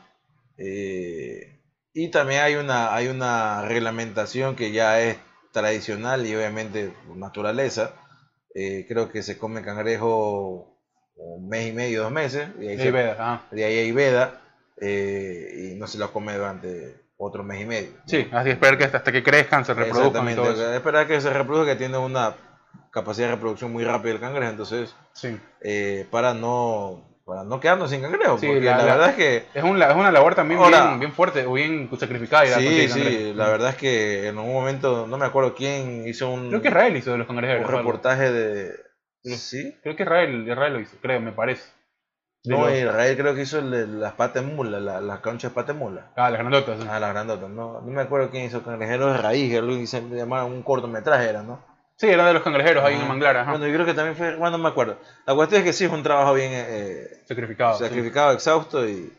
Speaker 2: eh, y también hay una, hay una reglamentación que ya es tradicional y obviamente por naturaleza. eh, creo que se come cangrejo un mes y medio, dos meses. Y ahí,
Speaker 1: Y
Speaker 2: se-
Speaker 1: vedas, ajá.
Speaker 2: de ahí hay veda. eh, y no se lo come durante otro mes y medio.
Speaker 1: Sí, así esperar que hasta, hasta que crezcan, se reproduzcan y
Speaker 2: Exactamente,
Speaker 1: todo eso.
Speaker 2: Esperar que se reproduzca, que tiene una capacidad de reproducción muy rápida el cangrejo. Entonces
Speaker 1: Sí.
Speaker 2: eh, para no para no quedarnos sin cangrejo
Speaker 1: Sí,
Speaker 2: porque
Speaker 1: la-
Speaker 2: la,
Speaker 1: la-
Speaker 2: verdad es que
Speaker 1: Es, un la- es una labor también
Speaker 2: Ahora-
Speaker 1: bien, bien fuerte o bien sacrificada. ir a
Speaker 2: sí
Speaker 1: conseguir
Speaker 2: sí
Speaker 1: cangrejos.
Speaker 2: la verdad es que en un momento no me acuerdo quién hizo un,
Speaker 1: Creo que Israel hizo de los cangrejos.
Speaker 2: un reportaje de
Speaker 1: No.
Speaker 2: ¿Sí?
Speaker 1: Creo que Israel, Israel lo hizo, creo, me parece. De
Speaker 2: No,
Speaker 1: los-
Speaker 2: Israel creo que hizo el de las patas de mula, la- las conchas de patas de mula.
Speaker 1: Ah, las grandotas. sí.
Speaker 2: Ah, las grandotas, no, no me acuerdo quién hizo Cangrejeros de Raíz, que algo que se llamaba un cortometraje era, ¿no?
Speaker 1: Sí, era de los cangrejeros ahí en
Speaker 2: Ah,
Speaker 1: Manglara, ajá.
Speaker 2: Bueno, yo creo que también fue, bueno, no me acuerdo. La cuestión es que sí es un trabajo bien eh,
Speaker 1: Sacrificado. Ah, sí.
Speaker 2: sacrificado, exhausto y,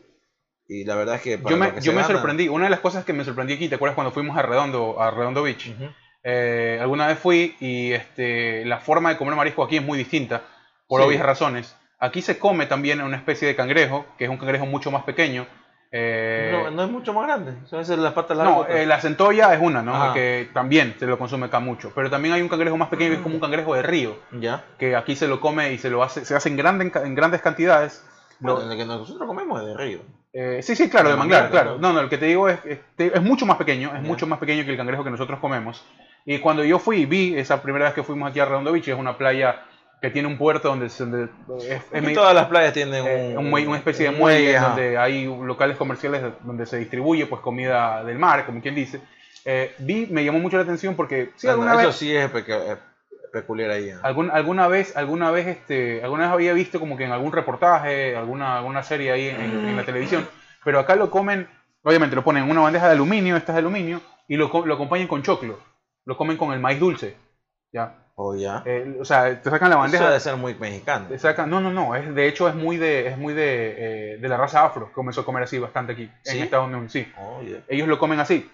Speaker 2: y la verdad es que... para
Speaker 1: Yo
Speaker 2: lo
Speaker 1: me,
Speaker 2: que
Speaker 1: yo
Speaker 2: se
Speaker 1: me
Speaker 2: gana-
Speaker 1: sorprendí, una de las cosas que me sorprendí aquí, ¿te acuerdas cuando fuimos a Redondo, a Redondo Beach?
Speaker 2: Ujú.
Speaker 1: Eh, alguna vez fui y este, la forma de comer marisco aquí es muy distinta, por
Speaker 2: Sí.
Speaker 1: obvias razones. Aquí se come también una especie de cangrejo, que es un cangrejo mucho más pequeño. Eh,
Speaker 2: No, no es mucho más grande, son esas las patas largas.
Speaker 1: no, eh, la centolla es una, ¿no?
Speaker 2: Ajá.
Speaker 1: Que también se lo consume acá mucho. Pero también hay un cangrejo más
Speaker 2: Mm.
Speaker 1: pequeño que es como un cangrejo de río,
Speaker 2: Ya,
Speaker 1: que aquí se lo come y se lo hace, se hace en, grande- en grandes cantidades.
Speaker 2: bueno,
Speaker 1: Lo-
Speaker 2: el que nosotros comemos es de río.
Speaker 1: eh, sí, sí, claro,
Speaker 2: De
Speaker 1: de manglar,
Speaker 2: manglar,
Speaker 1: claro.
Speaker 2: ¿no?
Speaker 1: No, no, el que te digo es, es, te- es mucho más pequeño, es
Speaker 2: Ya.
Speaker 1: mucho más pequeño que el cangrejo que nosotros comemos. Y cuando yo fui y vi esa primera vez que fuimos aquí a Redondo Beach, es una playa que tiene un puerto donde, se- donde es, es
Speaker 2: Aquí
Speaker 1: mi-
Speaker 2: todas las playas tienen
Speaker 1: eh,
Speaker 2: un,
Speaker 1: un muelle- una especie de
Speaker 2: un
Speaker 1: muelle
Speaker 2: ajá.
Speaker 1: donde hay locales comerciales donde se distribuye pues comida del mar, como quien dice. Eh, vi, me llamó mucho la atención porque sí,
Speaker 2: Ah, no,
Speaker 1: alguna
Speaker 2: eso
Speaker 1: vez
Speaker 2: sí es pecu- eh, peculiar ahí. ¿eh?
Speaker 1: Algún- alguna vez, alguna vez, este, alguna vez había visto como que en algún reportaje, alguna, alguna serie ahí en, en- en la televisión, pero acá lo comen, obviamente lo ponen en una bandeja de aluminio, esta es de aluminio, y lo, co- lo acompañan con choclo, lo comen con el maíz dulce, ya,
Speaker 2: O Oh, ya.
Speaker 1: Eh, o sea, te sacan la
Speaker 2: Eso
Speaker 1: bandeja,
Speaker 2: debe ser muy mexicano.
Speaker 1: te sacan, no, no, no, es, de hecho es muy de, es muy de, eh, de la raza afro, que comenzó a comer así bastante aquí,
Speaker 2: ¿Sí?
Speaker 1: en Estados Unidos, sí,
Speaker 2: Oh, ya.
Speaker 1: ellos lo comen así,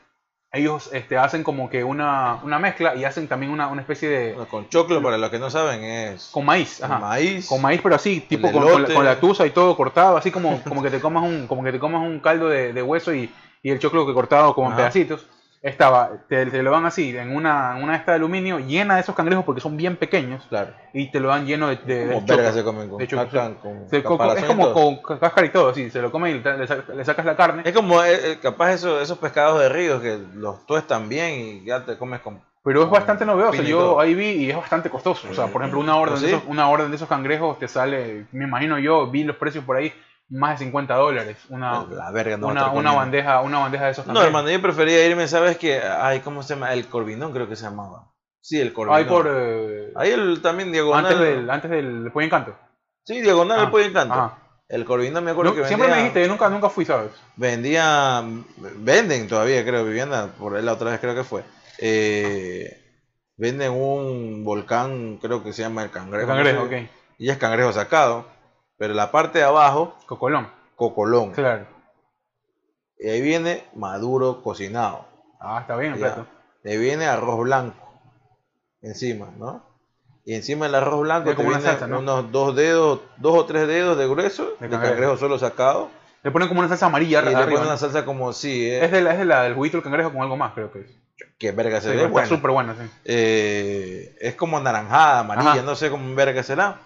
Speaker 1: ellos este, hacen como que una, una mezcla y hacen también una, una especie de,
Speaker 2: Bueno, con choclo, para los que no saben, es
Speaker 1: con maíz, ajá.
Speaker 2: maíz.
Speaker 1: con maíz pero así tipo con, con la,
Speaker 2: elote.
Speaker 1: con la tusa y todo cortado así como como que te comas un como que te comas un caldo de, de hueso y, y el choclo que cortado como en
Speaker 2: Ajá.
Speaker 1: pedacitos estaba te, te lo van así en una en una esta de aluminio llena de esos cangrejos porque son bien pequeños
Speaker 2: Claro.
Speaker 1: y te lo dan lleno de, Eh, de-
Speaker 2: Como
Speaker 1: del
Speaker 2: verga
Speaker 1: choclo.
Speaker 2: se comen con
Speaker 1: de choclo,
Speaker 2: cacan, con
Speaker 1: Se co-
Speaker 2: caparazón
Speaker 1: es
Speaker 2: y
Speaker 1: como
Speaker 2: todo.
Speaker 1: con ca- cáscara y todo así se lo comen y le, le sa- le sacas la carne
Speaker 2: Es como, eh, eh, capaz eso- esos pescados de ríos que los tuestan bien y ya te comes con...
Speaker 1: pero es bastante novedoso
Speaker 2: Pino y
Speaker 1: yo
Speaker 2: todo. Mm. ¿Ah,
Speaker 1: ahí vi y es bastante costoso o sea por ejemplo una orden
Speaker 2: ¿Sí?
Speaker 1: de esos, una orden de esos cangrejos te sale me imagino yo vi los precios por ahí más de 50 dólares una,
Speaker 2: la verga. No
Speaker 1: Ah. una,
Speaker 2: va a estar
Speaker 1: una
Speaker 2: comiendo.
Speaker 1: bandeja una bandeja de esos
Speaker 2: No,
Speaker 1: también.
Speaker 2: hermano, yo prefería irme, ¿sabes qué? Ay, ¿cómo se llama? El Corvinón creo que se llamaba. Sí, el Corvinón.
Speaker 1: ahí por eh,
Speaker 2: Ahí el, también diagonal.
Speaker 1: antes del antes del Pollo Encanto
Speaker 2: Sí, diagonal
Speaker 1: Ah,
Speaker 2: el pollo encanto.
Speaker 1: ajá.
Speaker 2: El Corvinón me acuerdo
Speaker 1: No,
Speaker 2: que vendía...
Speaker 1: siempre me dijiste yo nunca nunca fui sabes
Speaker 2: vendía, venden todavía, creo, vivienda, por ahí la otra vez creo que fue. Eh, venden un volcán, creo que se llama el Cangrejo.
Speaker 1: el cangrejo
Speaker 2: no sé,
Speaker 1: ok.
Speaker 2: Y es Cangrejo sacado, pero la parte de abajo,
Speaker 1: cocolón
Speaker 2: cocolón.
Speaker 1: claro
Speaker 2: Y ahí viene maduro cocinado.
Speaker 1: ah está bien el
Speaker 2: ya.
Speaker 1: plato
Speaker 2: Y ahí viene arroz blanco encima, ¿no? Y encima del arroz blanco
Speaker 1: Es como
Speaker 2: te
Speaker 1: una
Speaker 2: vienen
Speaker 1: salsa, ¿no?
Speaker 2: unos dos dedos, dos o tres dedos de grueso,
Speaker 1: De
Speaker 2: de
Speaker 1: cangrejo.
Speaker 2: cangrejo solo sacado.
Speaker 1: le ponen como una salsa amarilla
Speaker 2: y le
Speaker 1: arriba,
Speaker 2: ponen
Speaker 1: ¿no?
Speaker 2: una salsa como si, eh,
Speaker 1: es de la es de la del juguito del cangrejo con algo más creo que es
Speaker 2: que verga se
Speaker 1: Sí,
Speaker 2: ve
Speaker 1: está
Speaker 2: buena.
Speaker 1: súper buena sí
Speaker 2: eh, es como anaranjada, amarilla,
Speaker 1: Ajá.
Speaker 2: no sé cómo verga será.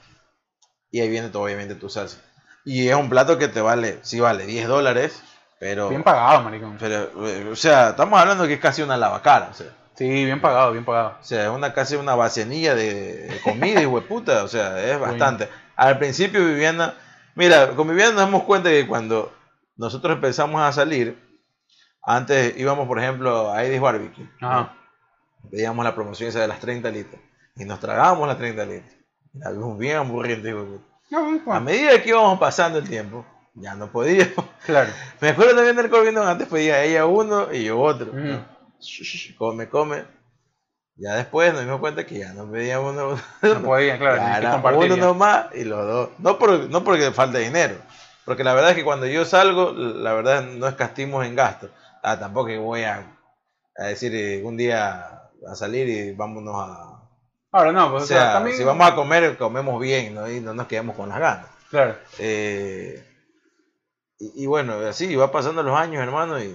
Speaker 2: Y ahí viene todo, obviamente tu salsa. Y es un plato que te vale, sí vale 10 dólares, pero,
Speaker 1: bien pagado maricón
Speaker 2: pero, eh, o sea, estamos hablando que es casi una lavacara, o sea,
Speaker 1: sí bien pagado bien pagado
Speaker 2: o sea, es una casi una bacenilla de, de comida y hueputa, o sea, es bastante. Al principio Viviana, mira, con Viviana nos damos cuenta que cuando nosotros empezamos a salir, antes íbamos, por ejemplo, a Eddie's Barbecue. ¿no?
Speaker 1: ajá
Speaker 2: veíamos la promoción esa de las 30 litros y nos tragábamos las 30 litros. La vimos bien aburriente. hijo de puta.
Speaker 1: No, bueno,
Speaker 2: A medida que íbamos pasando el tiempo, ya no podíamos.
Speaker 1: claro
Speaker 2: Me acuerdo también del Corvinón, antes pedía ella uno y yo otro.
Speaker 1: Ujú.
Speaker 2: ¿no? Sh- sh- sh, Come, come. Ya después nos dimos cuenta que ya no pedíamos uno. uno.
Speaker 1: no podían claro
Speaker 2: Ya
Speaker 1: tenías que
Speaker 2: era
Speaker 1: compartir
Speaker 2: uno
Speaker 1: ya.
Speaker 2: nomás y los dos. No, por- no porque falte dinero. Porque la verdad es que cuando yo salgo, la verdad no es castimos en gastos. Ah, tampoco que voy a, a decir eh, un día a salir y vámonos a...
Speaker 1: ahora no pues
Speaker 2: o sea,
Speaker 1: también
Speaker 2: si vamos a comer, comemos bien ¿no? y no nos quedamos con las ganas.
Speaker 1: claro
Speaker 2: Eh, y, y bueno, así va pasando los años, hermano, y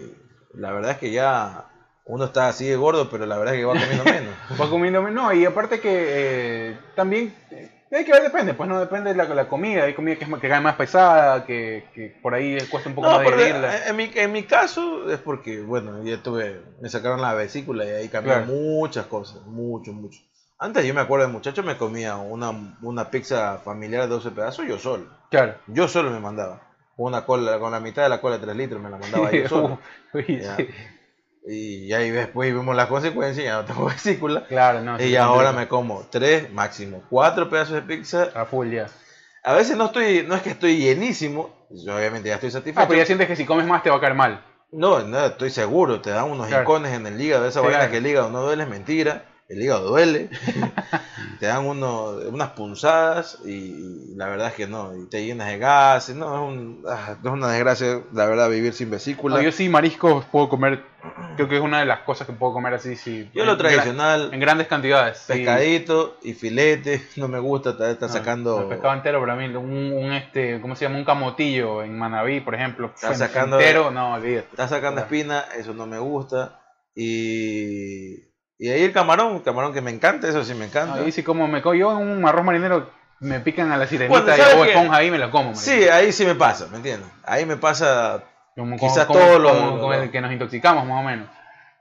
Speaker 2: la verdad es que ya uno está así de gordo, pero la verdad es que va comiendo menos.
Speaker 1: Va comiendo men- No, y aparte que eh, también eh, hay que ver, depende, pues no depende de la, la comida. Hay comida que, es, más- que cae más pesada, que, que por ahí cuesta un poco
Speaker 2: No,
Speaker 1: más
Speaker 2: pero eh,
Speaker 1: digerirla.
Speaker 2: en, en mi, en mi caso es porque, bueno, ya tuve, me sacaron la vesícula y ahí cambió
Speaker 1: Claro.
Speaker 2: muchas cosas, mucho, mucho. Antes yo me acuerdo de muchacho me comía una, una pizza familiar de 12 pedazos yo solo.
Speaker 1: Claro.
Speaker 2: Yo solo me Uh. mandaba. Una cola, con la mitad de la cola de 3 litros me la mandaba yo solo.
Speaker 1: Uy,
Speaker 2: Ya.
Speaker 1: sí.
Speaker 2: Y ahí después vimos las consecuencias, ya no tengo vesícula.
Speaker 1: Claro, no.
Speaker 2: Y
Speaker 1: sí,
Speaker 2: ahora
Speaker 1: sí.
Speaker 2: me como tres, máximo cuatro pedazos de pizza.
Speaker 1: A full ya.
Speaker 2: A veces no estoy, no es que estoy llenísimo, yo obviamente ya estoy satisfecho.
Speaker 1: Ah, pero ya sientes que si comes más te va a caer mal.
Speaker 2: No, no, estoy seguro, te dan unos
Speaker 1: Claro.
Speaker 2: hincones en el hígado, esa
Speaker 1: Sí,
Speaker 2: vaina
Speaker 1: claro.
Speaker 2: que el hígado no duele es mentira, el hígado duele, te dan uno- unas punzadas y, y la verdad es que no, y te llenas de gases, no, es, un- ah, no es una desgracia, la verdad, vivir sin vesícula.
Speaker 1: No,
Speaker 2: yo,
Speaker 1: yo sí, mariscos puedo comer. Creo que es una de las cosas que puedo comer así. Sí,
Speaker 2: lo
Speaker 1: En gra-
Speaker 2: tradicional,
Speaker 1: En grandes cantidades. sí.
Speaker 2: pescadito y filete, no me gusta estar, estar
Speaker 1: No,
Speaker 2: sacando...
Speaker 1: El pescado entero para mí, un, un este, ¿cómo se llama? Un camotillo en Manaví, por ejemplo.
Speaker 2: Está
Speaker 1: en-
Speaker 2: sacando-
Speaker 1: Entero, no, olvídate.
Speaker 2: está sacando
Speaker 1: Claro.
Speaker 2: espina, eso no me gusta. Y, y ahí el camarón, camarón que me encanta, eso sí me encanta.
Speaker 1: Ahí sí como me co- yo en un arroz marinero, me pican a la sirenita
Speaker 2: Bueno,
Speaker 1: y
Speaker 2: ¿sabes
Speaker 1: hago
Speaker 2: qué?
Speaker 1: esponja ahí y me la como.
Speaker 2: Sí,
Speaker 1: marico.
Speaker 2: ahí sí me pasa, ¿me entiendes? Ahí me pasa.
Speaker 1: Como-
Speaker 2: quizás
Speaker 1: como-
Speaker 2: todo
Speaker 1: como-
Speaker 2: lo-
Speaker 1: como
Speaker 2: lo-
Speaker 1: el que nos intoxicamos, más o menos.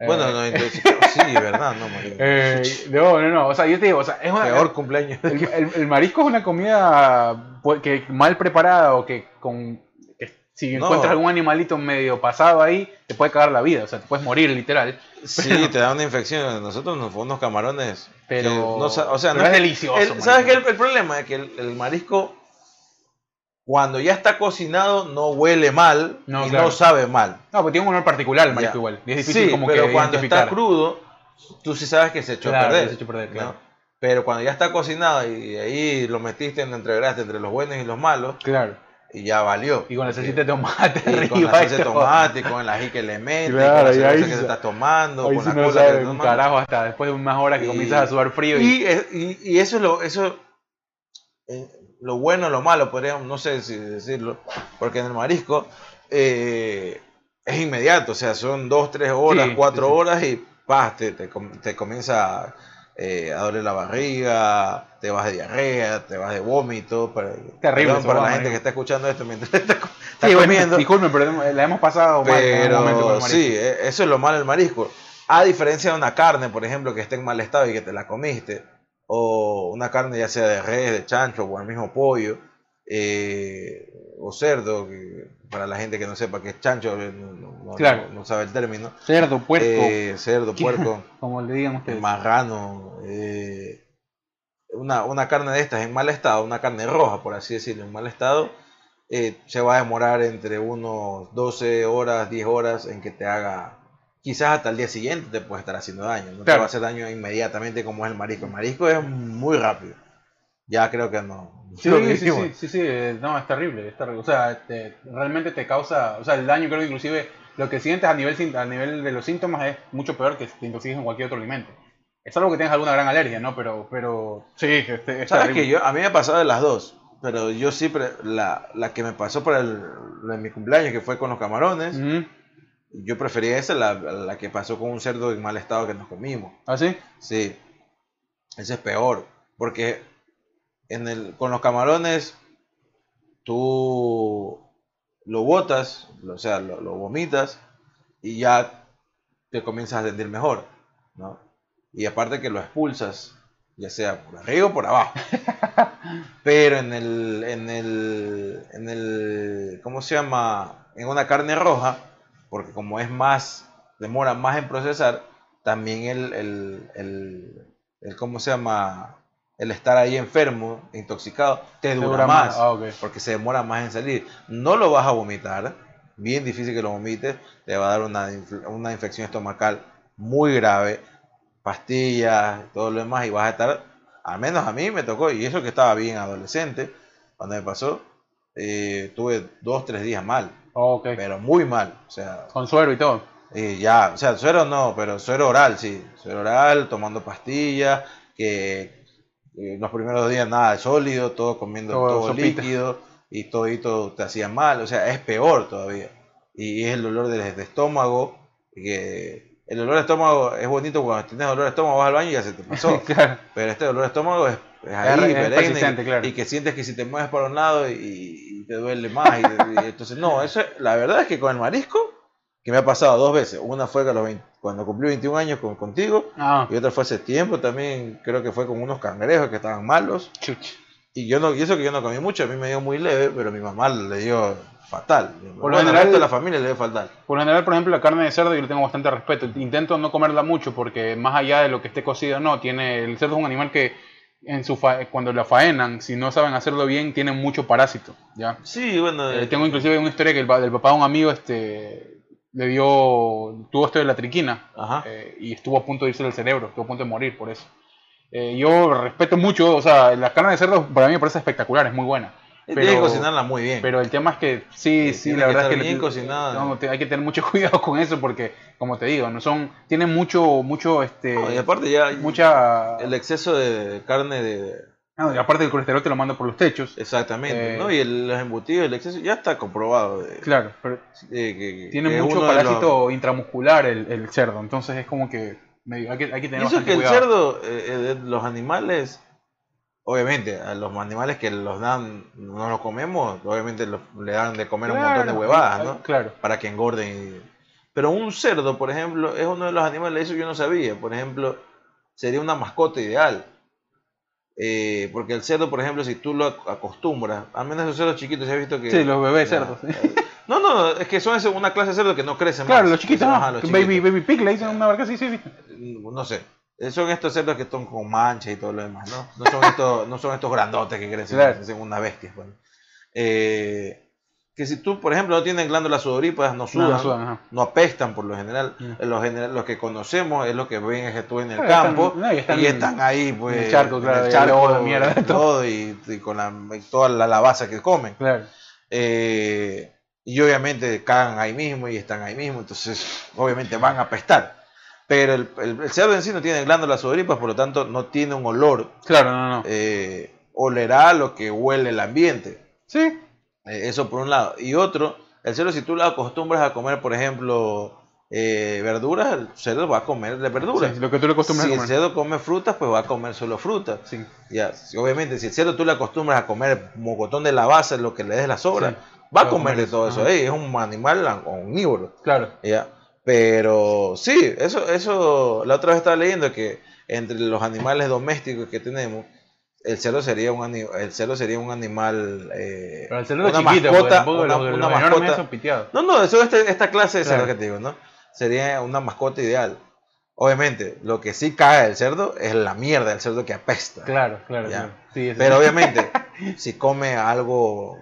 Speaker 2: Bueno,
Speaker 1: Eh,
Speaker 2: no, entonces- sí, verdad, no, marico.
Speaker 1: eh, no, no, no, eh, o sea, yo te digo, o sea, es una,
Speaker 2: Peor cumpleaños.
Speaker 1: El, el- el marisco es una comida pues, que mal preparada o que con que si
Speaker 2: No.
Speaker 1: encuentras algún animalito medio pasado ahí, te puede cagar la vida, o sea, te puedes morir literal.
Speaker 2: Sí, te da una infección. Nosotros nos fuimos unos camarones.
Speaker 1: Pero-
Speaker 2: que no sa- o sea,
Speaker 1: pero
Speaker 2: no
Speaker 1: es
Speaker 2: que-
Speaker 1: delicioso,
Speaker 2: el-
Speaker 1: marico.
Speaker 2: ¿Sabes qué? El, el problema es que el, el marisco, cuando ya está cocinado, no huele mal
Speaker 1: No,
Speaker 2: y no
Speaker 1: claro.
Speaker 2: sabe mal.
Speaker 1: No, pues tiene un olor particular el marisco
Speaker 2: Ya.
Speaker 1: igual. y es difícil
Speaker 2: sí,
Speaker 1: como
Speaker 2: pero
Speaker 1: que
Speaker 2: cuando está
Speaker 1: identificar.
Speaker 2: crudo, tú sí sabes que se echó
Speaker 1: Claro,
Speaker 2: a perder.
Speaker 1: se echó a perder,
Speaker 2: ¿no?
Speaker 1: claro.
Speaker 2: Pero cuando ya está cocinado y ahí lo metiste en entreveraste entre los buenos y los malos,
Speaker 1: Claro.
Speaker 2: y ya valió.
Speaker 1: Y con la salsita de tomate
Speaker 2: Y con la
Speaker 1: arriba,
Speaker 2: salsa de
Speaker 1: esto.
Speaker 2: tomate, con el ají que le metes,
Speaker 1: Claro,
Speaker 2: con
Speaker 1: y
Speaker 2: la
Speaker 1: ahí
Speaker 2: cerveza que
Speaker 1: sí-
Speaker 2: se está tomando,
Speaker 1: Ahí
Speaker 2: con
Speaker 1: sí
Speaker 2: la
Speaker 1: no
Speaker 2: cola que
Speaker 1: sabe
Speaker 2: te
Speaker 1: un
Speaker 2: tomas.
Speaker 1: carajo hasta después de unas horas que
Speaker 2: Y-
Speaker 1: comienzas a sudar frío y,
Speaker 2: Y, es- y- y eso es lo, eso, eh, lo bueno, lo malo, podríamos, no sé si decirlo, porque en el marisco eh, es inmediato, o sea, son dos, tres horas,
Speaker 1: Sí,
Speaker 2: cuatro
Speaker 1: sí, sí.
Speaker 2: horas y pa, te, te com- te comienza eh, a doler la barriga, te vas de diarrea, te vas de vómito. Para,
Speaker 1: Terrible
Speaker 2: perdón
Speaker 1: eso,
Speaker 2: para la
Speaker 1: marico.
Speaker 2: gente que está escuchando esto mientras está, co- está
Speaker 1: Sí, bueno,
Speaker 2: comiendo.
Speaker 1: disculpen, pero la hemos pasado mal en algún momento con el
Speaker 2: Pero
Speaker 1: marisco.
Speaker 2: sí, e- eso es lo malo del marisco. A diferencia de una carne, por ejemplo, que esté en mal estado y que te la comiste, o una carne ya sea de res, de chancho, o el mismo pollo, eh, o cerdo, que para la gente que no sepa qué es chancho, eh, no, no- no-
Speaker 1: Claro.
Speaker 2: no sabe el término.
Speaker 1: Cerdo, puerco,
Speaker 2: Eh, cerdo, puerco,
Speaker 1: como le digan ustedes.
Speaker 2: marrano, eh, una, una carne de estas en mal estado, una carne roja, por así decirlo, en mal estado, eh, se va a demorar entre unos 12 horas, 10 horas en que te haga, quizás hasta el día siguiente te puede estar haciendo daño, no te
Speaker 1: Claro.
Speaker 2: va a hacer daño inmediatamente como es el marisco, el marisco es muy rápido, ya creo que no.
Speaker 1: Sí,
Speaker 2: lo
Speaker 1: sí, sí,
Speaker 2: dijimos.
Speaker 1: sí, sí, sí, eh, no, es terrible, es terrible. O sea, te- realmente te causa, o sea, el daño creo que inclusive lo que sientes a nivel, sin- a nivel de los síntomas es mucho peor que si te intoxiques en cualquier otro alimento. Es algo que tengas alguna gran alergia, ¿no? Pero, pero, sí, este, es
Speaker 2: Sabes
Speaker 1: terrible.
Speaker 2: que yo, a mí me ha pasado de las dos, pero yo siempre, la, la que me pasó para el, la de mi cumpleaños, que fue con los camarones,
Speaker 1: Ujú.
Speaker 2: Yo prefería esa, la, la que pasó con un cerdo en mal estado que nos comimos.
Speaker 1: ¿Ah, sí?
Speaker 2: Sí, esa es peor. Porque en el, con los camarones, tú lo botas, o sea, lo, lo vomitas y ya te comienzas a sentir mejor, ¿no? Y aparte que lo expulsas, ya sea por arriba o por abajo. Pero en el, en el, en el, ¿cómo se llama? En una carne roja, porque como es más, demora más en procesar, también el, el, el, el ¿cómo se llama? El estar ahí enfermo, intoxicado, te dura,
Speaker 1: Segura
Speaker 2: más
Speaker 1: Ah, ok.
Speaker 2: porque se demora más en salir. No lo vas a vomitar, bien difícil que lo vomites, te va a dar una, infl- una infección estomacal muy grave, pastillas, todo lo demás, y vas a estar, al menos a mí me tocó, y eso que estaba bien adolescente, cuando me pasó, eh, tuve dos, tres días mal,
Speaker 1: Ok.
Speaker 2: pero muy mal, o sea,
Speaker 1: Con suero y todo.
Speaker 2: y ya, o sea, suero no, pero suero oral, sí. Suero oral, tomando pastillas, que eh, los primeros días nada de sólido, todo comiendo
Speaker 1: Todo
Speaker 2: todo,
Speaker 1: sopita.
Speaker 2: líquido y todito te hacía mal, o sea, es peor todavía. Y es el olor del de estómago, que el olor de estómago es bonito cuando tienes dolor de estómago, vas al baño y ya se te pasó.
Speaker 1: claro.
Speaker 2: Pero este dolor de estómago es, es ahí,
Speaker 1: es
Speaker 2: perenne,
Speaker 1: persistente,
Speaker 2: y,
Speaker 1: claro.
Speaker 2: y que sientes que si te mueves para un lado y, y te duele más. y, y entonces, no, eso, la verdad es que con el marisco, que me ha pasado dos veces, una fue que a los 20 cuando cumplí 21 años con, contigo,
Speaker 1: Ah,
Speaker 2: y otra fue hace tiempo también, creo que fue con unos cangrejos que estaban malos.
Speaker 1: chuch.
Speaker 2: Y yo no, y eso que yo no comí mucho, a mí me dio muy leve, pero mi mamá le dio fatal.
Speaker 1: Por lo
Speaker 2: Bueno, al
Speaker 1: general-
Speaker 2: resto de la familia le debe faltar.
Speaker 1: Por lo general, por ejemplo, la carne de cerdo yo le tengo bastante respeto. Intento no comerla mucho porque más allá de lo que esté cocido, no, tiene el cerdo es un animal que en su fa- cuando la faenan, si no saben hacerlo bien, tienen mucho parásito, ¿ya?
Speaker 2: Sí, bueno.
Speaker 1: Eh,
Speaker 2: eh,
Speaker 1: tengo inclusive una historia que el, pa- del papá de un amigo este le dio tuvo esto de la triquina
Speaker 2: Ajá.
Speaker 1: eh, y estuvo a punto de irse del cerebro, estuvo a punto de morir por eso. Eh, yo respeto mucho, o sea, la carne de cerdo para mí me parece espectacular, es muy buena.
Speaker 2: Tienes que cocinarla muy bien.
Speaker 1: Pero el tema es que sí,
Speaker 2: Eh,
Speaker 1: sí,
Speaker 2: tiene
Speaker 1: la
Speaker 2: que
Speaker 1: verdad
Speaker 2: estar
Speaker 1: es que le-
Speaker 2: bien cocinada.
Speaker 1: no, te- hay que tener mucho cuidado con eso porque, como te digo, no son, tienen mucho, mucho, este,
Speaker 2: No, y aparte ya
Speaker 1: mucha,
Speaker 2: el exceso de carne de...
Speaker 1: no, y aparte el colesterol te lo manda por los techos,
Speaker 2: Exactamente,
Speaker 1: Eh,
Speaker 2: ¿no? Y el- los embutidos, el exceso, ya está comprobado. eh,
Speaker 1: claro, pero
Speaker 2: eh, que- que
Speaker 1: tiene
Speaker 2: es
Speaker 1: mucho
Speaker 2: uno de los-
Speaker 1: parásito intramuscular el, el cerdo, entonces es como que medio- hay que, hay que tener
Speaker 2: Y eso es
Speaker 1: bastante
Speaker 2: que el
Speaker 1: cuidado.
Speaker 2: cerdo, eh, eh, de los animales, obviamente, a los animales que los dan, no los comemos, obviamente los- le dan de comer un montón de
Speaker 1: Claro,
Speaker 2: huevadas,
Speaker 1: hay-
Speaker 2: ¿no?
Speaker 1: Claro,
Speaker 2: Para que engorden. y- Pero un cerdo, por ejemplo, es uno de los animales, eso yo no sabía, por ejemplo, sería una mascota ideal. Eh, porque el cerdo, por ejemplo, si tú lo ac- acostumbras, al menos esos cerdos chiquitos, ya he visto que...
Speaker 1: sí, los bebés
Speaker 2: Ya.
Speaker 1: cerdos. sí.
Speaker 2: No, no, es que son ese- una clase de cerdo que no crecen
Speaker 1: Claro,
Speaker 2: más.
Speaker 1: los chiquitos,
Speaker 2: Ajá,
Speaker 1: ah,
Speaker 2: los
Speaker 1: que
Speaker 2: chiquitos.
Speaker 1: baby, baby pig le dicen una barca así, sí, ¿viste?
Speaker 2: no sé. Eh, Son estos cerdos que están con mancha y todo lo demás, ¿no? No son estos, no son estos grandotes que crecen,
Speaker 1: Claro.
Speaker 2: parecen unas bestias. bueno. Eh, que si tú, por ejemplo, no tienes glándulas sudoríparas, no
Speaker 1: No,
Speaker 2: sudan,
Speaker 1: no
Speaker 2: no,
Speaker 1: sudan, ajá.
Speaker 2: apestan por lo general.
Speaker 1: Mm.
Speaker 2: En Lo general. Los que conocemos es lo que ven es que tú en el
Speaker 1: Claro, están-
Speaker 2: campo
Speaker 1: no, y
Speaker 2: y,
Speaker 1: están
Speaker 2: están ahí, pues.
Speaker 1: en el charco, claro,
Speaker 2: en el
Speaker 1: de
Speaker 2: charco,
Speaker 1: lodo, de mierda,
Speaker 2: y todo, y, y con la- y toda la lavaza que comen.
Speaker 1: Claro.
Speaker 2: Eh, y obviamente cagan ahí mismo y están ahí mismo, entonces obviamente van a apestar. Pero el, el- el cerdo en sí no tiene glándulas sudoríparas, por lo tanto no tiene un olor.
Speaker 1: Claro, no, no.
Speaker 2: eh, olerá lo que huele el ambiente.
Speaker 1: Sí,
Speaker 2: Eh, eso por un lado. Y otro, el cerdo si tú lo acostumbras a comer, por ejemplo, eh, verduras, el cerdo va a comer de verduras.
Speaker 1: sí, lo que tú le acostumbras
Speaker 2: si
Speaker 1: a
Speaker 2: el
Speaker 1: comer.
Speaker 2: cerdo come frutas, pues va a comer solo frutas.
Speaker 1: Sí.
Speaker 2: Ya, si- obviamente, si el cerdo tú le acostumbras a comer mogotón de la base, lo que le des la sobra,
Speaker 1: Sí. Va
Speaker 2: va a
Speaker 1: a
Speaker 2: comer de
Speaker 1: comer
Speaker 2: todo
Speaker 1: eso,
Speaker 2: eso.
Speaker 1: ajá.
Speaker 2: Ey, es un animal an- omnívoro.
Speaker 1: Claro.
Speaker 2: Ya. Pero sí, eso, eso, la otra vez estaba leyendo que entre los animales domésticos que tenemos, el cerdo sería un, ani- el cerdo sería un animal. eh,
Speaker 1: Pero el cerdo
Speaker 2: una
Speaker 1: chiquito, pues,
Speaker 2: mascota,
Speaker 1: tampoco
Speaker 2: una,
Speaker 1: los- los
Speaker 2: una
Speaker 1: enormes
Speaker 2: mascota.
Speaker 1: son piteados.
Speaker 2: No, no, eso es este- esta clase de cerdo
Speaker 1: Claro.
Speaker 2: que te digo, ¿no? Sería una mascota ideal. Obviamente, lo que sí cae del cerdo es la mierda del cerdo que apesta.
Speaker 1: Claro, claro.
Speaker 2: Ya.
Speaker 1: claro. Sí, eso
Speaker 2: Pero
Speaker 1: sí.
Speaker 2: obviamente, si come algo,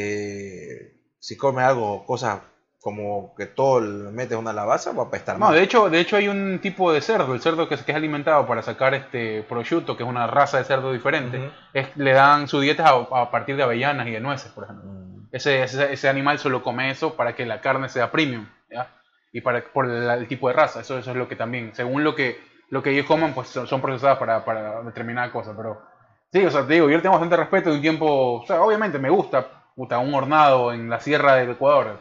Speaker 2: eh, si come algo, cosas como que todo le metes una lavaza, va a apestar
Speaker 1: No,
Speaker 2: más.
Speaker 1: de hecho, de hecho hay un tipo de cerdo, el cerdo que es, que es alimentado para sacar este prosciutto, que es una raza de cerdo diferente,
Speaker 2: Ujú.
Speaker 1: es- le dan su dieta a, a partir de avellanas y de nueces, por ejemplo.
Speaker 2: Mm.
Speaker 1: Ese, ese, ese animal solo come eso para que la carne sea premium, ¿ya? Y para, por el, el tipo de raza, eso, eso es lo que también, según lo que, lo que ellos coman, pues son, son procesadas para, para determinada cosa, pero... Sí, o sea, te digo, yo le tengo bastante respeto de un tiempo, o sea, obviamente me gusta, puta, un hornado en la sierra del Ecuador.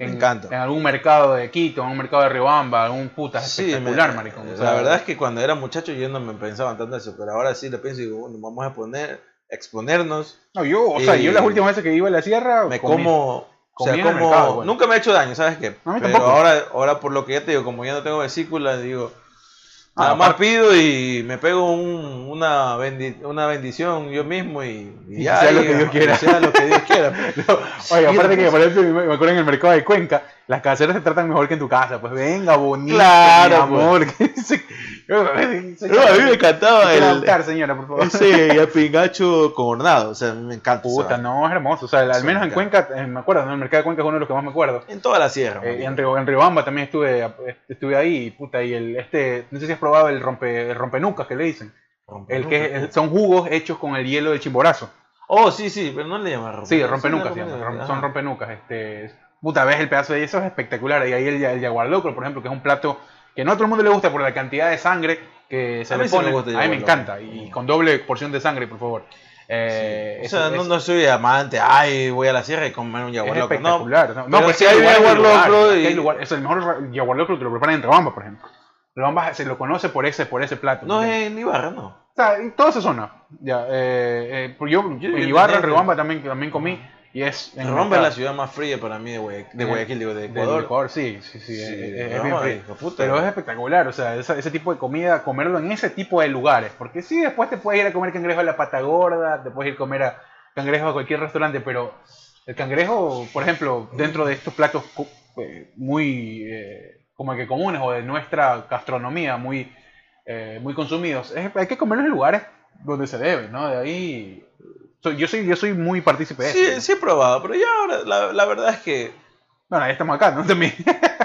Speaker 1: En,
Speaker 2: Me encanta.
Speaker 1: En algún mercado de Quito, en un mercado de Riobamba, algún puta es
Speaker 2: Sí,
Speaker 1: espectacular,
Speaker 2: me-
Speaker 1: maricón. o sea,
Speaker 2: La verdad es que cuando era muchacho yo no me pensaba tanto eso, pero ahora sí le pienso y digo, bueno, vamos a poner, exponernos,
Speaker 1: No, yo, o sea,
Speaker 2: y-
Speaker 1: yo las últimas veces que iba a la sierra...
Speaker 2: me
Speaker 1: comía.
Speaker 2: como... O sea,
Speaker 1: Comí en el
Speaker 2: como-
Speaker 1: mercado, bueno.
Speaker 2: nunca me ha hecho daño, ¿sabes qué?
Speaker 1: A mí
Speaker 2: Pero
Speaker 1: tampoco.
Speaker 2: ahora, ahora por lo que ya te digo, como ya no tengo vesícula, digo,
Speaker 1: Ah,
Speaker 2: nada más
Speaker 1: aparte-
Speaker 2: pido y me pego un- una, bendi- una bendición yo mismo y,
Speaker 1: Y sea lo
Speaker 2: y-
Speaker 1: que Dios
Speaker 2: y
Speaker 1: quiera.
Speaker 2: sea lo que Dios quiera.
Speaker 1: Oye, aparte que
Speaker 2: Mira,
Speaker 1: por ejemplo, me me acuerdo en el mercado de Cuenca, las caseras se tratan mejor que en tu casa. Pues venga, bonito,
Speaker 2: Claro,
Speaker 1: mi amor. que se-
Speaker 2: no, a mí me encantaba
Speaker 1: Quiero
Speaker 2: el,
Speaker 1: adoptar, señora, por favor.
Speaker 2: ese el pingacho con hornado, o sea, me encanta. esa
Speaker 1: Puta,
Speaker 2: vaina.
Speaker 1: no, es hermoso. O sea, al
Speaker 2: Eso
Speaker 1: menos
Speaker 2: me
Speaker 1: en Cuenca, eh, me acuerdo, ¿no? el mercado de Cuenca es uno de los que más me acuerdo.
Speaker 2: En toda la sierra.
Speaker 1: Eh, y en,
Speaker 2: marico.
Speaker 1: Rio- en Riobamba también estuve, estuve ahí, y puta, y el, este, no sé si has probado el, rompe, el rompenucas que le dicen. El que es- el- son jugos hechos con el hielo del chimborazo.
Speaker 2: Oh, sí, sí, pero no le llaman rompe.
Speaker 1: Sí, rompenucas, se llama, rom- son rompenucas. Este, puta, ves el pedazo de eso es espectacular. Y ahí el, ya- el jaguar locro, por ejemplo, que es un plato que no a todo el mundo le gusta por la cantidad de sangre que se
Speaker 2: A
Speaker 1: le
Speaker 2: mí sí me
Speaker 1: pone.
Speaker 2: gusta el
Speaker 1: a mí me
Speaker 2: jaguar
Speaker 1: encanta.
Speaker 2: locro.
Speaker 1: Y con doble porción de sangre, por favor. Eh,
Speaker 2: Sí. O
Speaker 1: eso
Speaker 2: sea,
Speaker 1: es,
Speaker 2: no, no soy amante, ay, voy a la sierra y comer un
Speaker 1: es
Speaker 2: jaguar loco. No,
Speaker 1: espectacular. No, no,
Speaker 2: Pero
Speaker 1: pues
Speaker 2: si
Speaker 1: es que
Speaker 2: hay
Speaker 1: lugares,
Speaker 2: jaguar
Speaker 1: lugares,
Speaker 2: locro
Speaker 1: es que hay
Speaker 2: y-
Speaker 1: lugar- es el mejor ra- jaguar locro que lo preparan en Rebamba, por ejemplo. Rebamba se lo conoce por ese, por ese plato.
Speaker 2: no eh.
Speaker 1: ¿entiendes?
Speaker 2: es en Ibarra, no.
Speaker 1: O sea, en toda esa zona. Ya, eh, eh, yo,
Speaker 2: Yo- yo
Speaker 1: en Ibarra, en
Speaker 2: tenía-
Speaker 1: Rebamba también, también comí. Y es en
Speaker 2: Romba es
Speaker 1: la
Speaker 2: la ciudad más fría para mí de Guayaquil, de
Speaker 1: Eh,
Speaker 2: Guayaquil, digo, de
Speaker 1: del
Speaker 2: Ecuador.
Speaker 1: sí, sí, sí.
Speaker 2: Sí,
Speaker 1: es- es-
Speaker 2: de
Speaker 1: es
Speaker 2: Ecuador,
Speaker 1: bien
Speaker 2: ay,
Speaker 1: rico.
Speaker 2: hijo de puta.
Speaker 1: Pero es espectacular, o sea, esa- ese tipo de comida, comerlo en ese tipo de lugares. Porque sí, después te puedes ir a comer cangrejo a la pata gorda, te puedes ir a comer a cangrejo a cualquier restaurante, pero El cangrejo, por ejemplo, dentro de estos platos co- eh, muy eh, como que comunes o de nuestra gastronomía muy, eh, muy consumidos, es- hay que comerlo en lugares donde se debe, ¿no? De ahí... soy- yo, soy, yo soy muy partícipe de
Speaker 2: Sí,
Speaker 1: esto.
Speaker 2: sí he probado, pero ya ahora la, la verdad es que
Speaker 1: Bueno, ahí estamos acá, ¿no? También.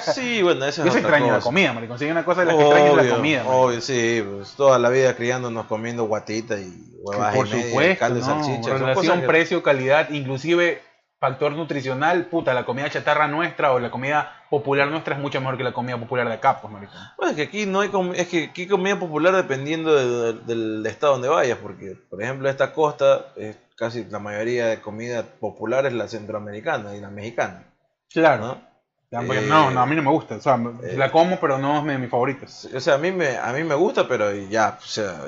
Speaker 2: sí, bueno, esa
Speaker 1: Yo
Speaker 2: es
Speaker 1: se
Speaker 2: otra
Speaker 1: extraño la
Speaker 2: cosa.
Speaker 1: comida, maricón. Si hay una cosa de las que extraño es la comida. maricón.
Speaker 2: obvio, sí, pues, toda la vida criándonos comiendo guatita y huevadas
Speaker 1: por
Speaker 2: y media,
Speaker 1: supuesto,
Speaker 2: caldo
Speaker 1: ¿no?
Speaker 2: de salchicha, son cosas
Speaker 1: relación
Speaker 2: que-
Speaker 1: precio calidad inclusive factor nutricional puta la comida chatarra nuestra o la comida popular nuestra es mucho mejor que la comida popular de acá pues maricón.
Speaker 2: Bueno, es que aquí no hay com- es que aquí comida popular dependiendo de- de- del estado donde vayas, porque por ejemplo esta costa es casi la mayoría de comida popular es la centroamericana y la mexicana,
Speaker 1: claro
Speaker 2: ¿no? Eh,
Speaker 1: no no a mí no me gusta o sea
Speaker 2: eh,
Speaker 1: la como pero no es de mis favoritas
Speaker 2: Sí, O sea, a mí me, a mí me gusta, pero ya, o sea,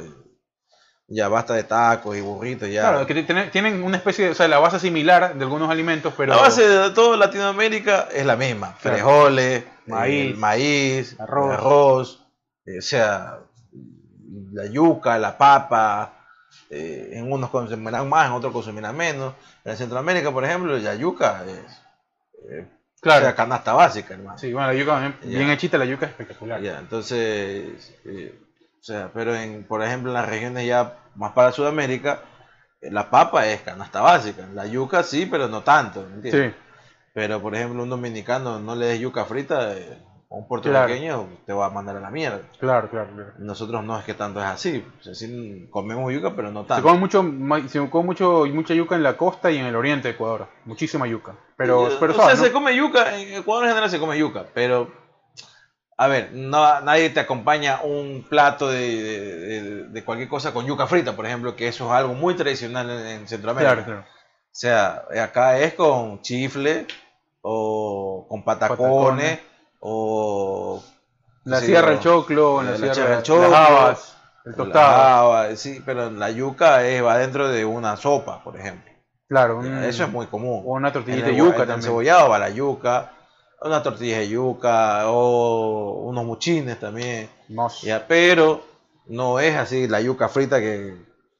Speaker 2: ya basta de tacos y burritos, ya.
Speaker 1: claro que tiene- tienen una especie de, o sea la base similar de algunos alimentos pero
Speaker 2: La base de todo Latinoamérica es la misma.
Speaker 1: Claro.
Speaker 2: Frijoles,
Speaker 1: Maíz,
Speaker 2: maíz, maíz
Speaker 1: arroz.
Speaker 2: arroz, eh, o sea, la yuca, la papa, eh, en unos consumirán más, en otros consumirán menos. En Centroamérica, por ejemplo, la yuca es eh,
Speaker 1: claro
Speaker 2: o sea, canasta básica, hermano.
Speaker 1: sí bueno la yuca también,
Speaker 2: Ya.
Speaker 1: bien hechita la yuca es espectacular
Speaker 2: Ya, entonces, eh, o sea, pero en, por ejemplo, en las regiones ya más para Sudamérica, eh, la papa es canasta básica, la yuca sí, pero no tanto, ¿me entiendes?
Speaker 1: sí
Speaker 2: Pero, por ejemplo, un dominicano no le des yuca frita, eh, a un puertorriqueño te va a mandar a la mierda.
Speaker 1: claro claro, claro.
Speaker 2: Nosotros no es que tanto es así. O sea, sí comemos yuca, pero no
Speaker 1: Se
Speaker 2: tanto.
Speaker 1: come mucho, ma- se come mucho, mucha yuca en la costa y en el oriente de Ecuador. Muchísima yuca. Pero,
Speaker 2: Eh,
Speaker 1: pero
Speaker 2: o
Speaker 1: suave,
Speaker 2: sea,
Speaker 1: ¿no?
Speaker 2: se come yuca, en Ecuador en general se come yuca, pero... A ver, no- nadie te acompaña un plato de, de- de- de cualquier cosa con yuca frita, por ejemplo, que eso es algo muy tradicional en, en Centroamérica.
Speaker 1: Claro, claro.
Speaker 2: O sea, eh, acá es con chifle, o con patacones,
Speaker 1: Patacones.
Speaker 2: o...
Speaker 1: La
Speaker 2: sí,
Speaker 1: sierra del
Speaker 2: o-
Speaker 1: choclo, en la,
Speaker 2: la
Speaker 1: sierra
Speaker 2: sierra del
Speaker 1: las
Speaker 2: choclo,
Speaker 1: habas, el
Speaker 2: La
Speaker 1: tostado.
Speaker 2: haba, ah, sí, pero la yuca es, va dentro de una sopa, por ejemplo.
Speaker 1: Claro, un-
Speaker 2: Eso es muy común.
Speaker 1: Mm. O una tortillita
Speaker 2: En
Speaker 1: de
Speaker 2: el-
Speaker 1: yuca
Speaker 2: en el
Speaker 1: también.
Speaker 2: cebollado va la yuca, una tortilla de yuca, o unos muchines también.
Speaker 1: No.
Speaker 2: Ya, pero no es así la yuca frita que,